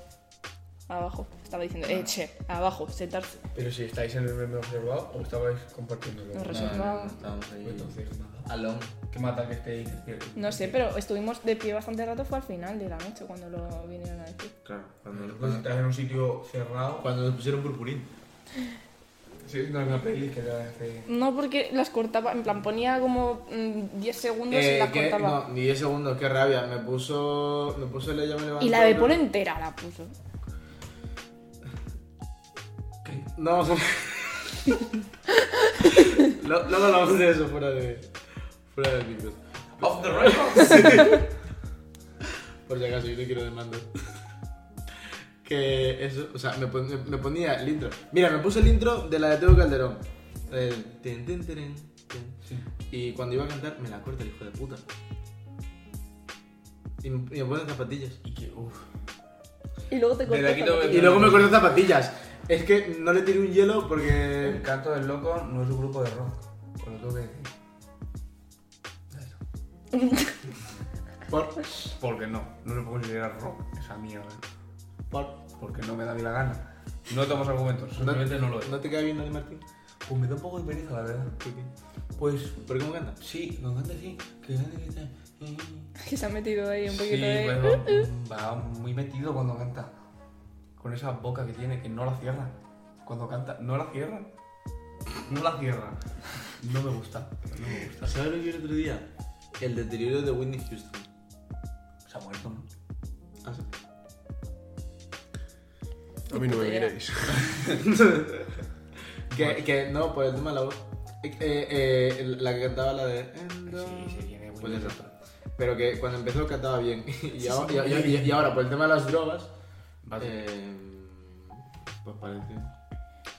Abajo. Estaba diciendo,
Ah.
eh, che, abajo, sentarse.
Pero si estáis en el meme observado o estabais compartiéndolo.
No,
No, no, no, estábamos ahí...
Entonces, nada.
Alón.
¿Qué mata que estéis despiertos?
No sé, pero estuvimos de pie bastante rato, fue al final de la noche cuando lo vinieron a decir.
Claro, cuando,
Pues estás en un sitio cerrado.
cuando nos pusieron purpurín.
Sí, no una peli que te hace.
No, porque las cortaba, en plan ponía como mm, 10 segundos
Eh,
y las
¿qué?
cortaba.
Eh, No, ni 10 segundos, qué rabia. Me puso... Me puso el ella me levantó...
Y la de
¿no?
Polo entera la puso.
No, o sea, Lo- Luego hablamos de eso fuera de. fuera de micros.
Off the record.
Por si acaso, yo te quiero demandar. Que eso, o sea, me, pon- me- me ponía el intro. Mira, me puse el intro de la de Teo Calderón. El tin, tin, tirin, tin.
Sí.
Y cuando iba a cantar, me la corta el hijo de puta. Y me, y me pone zapatillas.
Y que, uff.
Y luego te
Desde
cortas
aquí no
la-
me-
Y luego me corta zapatillas. Es que no le tiré un hielo porque.
El canto del loco no es un grupo de rock. Os lo tengo que decir.
Por.
Porque no, no lo puedo considerar rock, esa mierda.
Por.
Porque no me da ni la gana. No tenemos argumentos, simplemente no lo es.
¿No te cae bien Dani Martín?
Pues me da un poco de pereza, la verdad.
¿Por qué?
Pues
¿Por cómo canta?
sí, con gente sí, que gente "Eh, que está.
Que se ha metido ahí un
Sí,
poquito de.
bueno, va muy metido cuando canta. Con esa boca que tiene, que no la cierra. Cuando canta, no la cierra. No la cierra. No me gusta, no me gusta.
¿Sabes lo que vi el otro día? El deterioro de Whitney Houston.
Se ha muerto, ¿no?
Ah, sí.
A mí no me
Puta idea.
miréis.
Que, que no, por el tema de la voz. Eh, eh, eh, la que cantaba la de.
Ah, Sí, se viene
Pues
muy
eso.
bien.
Pero que cuando empezó cantaba bien. Y,
Sí,
ahora,
sí.
y- y- y ahora, por el tema de las drogas.
Vale.
eh, pues parece.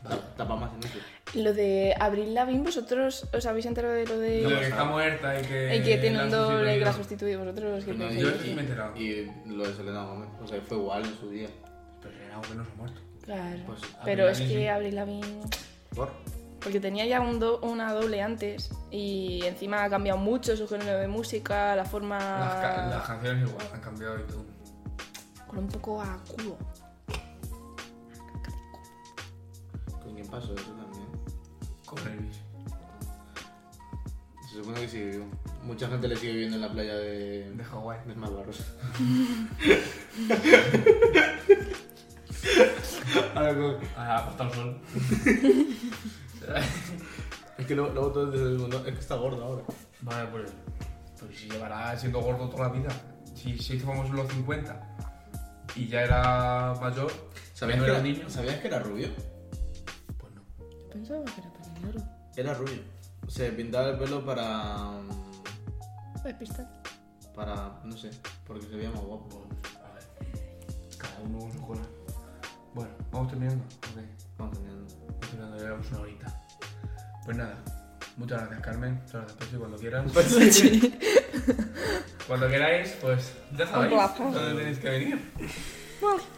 ta- Tapa más en eso.
Lo de Abril Lavín, ¿vosotros os habéis enterado de lo de.
Lo que está muerta y que.
Y que tiene
eh, la
un
han
doble que la
sustituido.
sustituye vosotros. ¿qué
No,
pensáis?
yo eso sí me he enterado.
Y lo de Selena Gómez. O sea, fue igual en su día.
Pero era algo que no se ha muerto.
Claro.
Pues,
Pero
Avril
es
Lavigne sí.
que Abril Lavín.
Por.
Porque tenía ya un do- una doble antes. Y encima ha cambiado mucho su género de música, la forma.
Las,
Ah.
ca- las canciones igual han cambiado y todo.
Con un poco a cubo.
¿Con quién pasó eso también?
Con Elvis.
Se supone que sigue vivo. Mucha gente le sigue viviendo en la playa de.
De Hawái.
de Malvaros. Ahora con-
Ah, hasta el sol.
Es que luego, luego todo el mundo, es que está gordo ahora.
vale, pues. Pues si llevará siendo gordo toda la vida. Si se hizo famoso en los 50 y ya era mayor,
¿Sabías,
no
que
era
era,
niño.
¿Sabías que era rubio?
Pues no.
Pensaba que era para el oro.
Era rubio. Se pintaba el pelo para.
Pues
para. no sé, porque se veía más guapo.
A ver. Cada uno con su cola. Bueno, vamos terminando. Ok.
Vamos cambiando.
Vamos terminando, ya llevamos una horita. Pues nada. Muchas gracias, Carmen. Muchas gracias, Pepsi, cuando quieras. Cuando queráis, pues ya sabéis
guapo.
dónde tenéis que venir.
Bueno,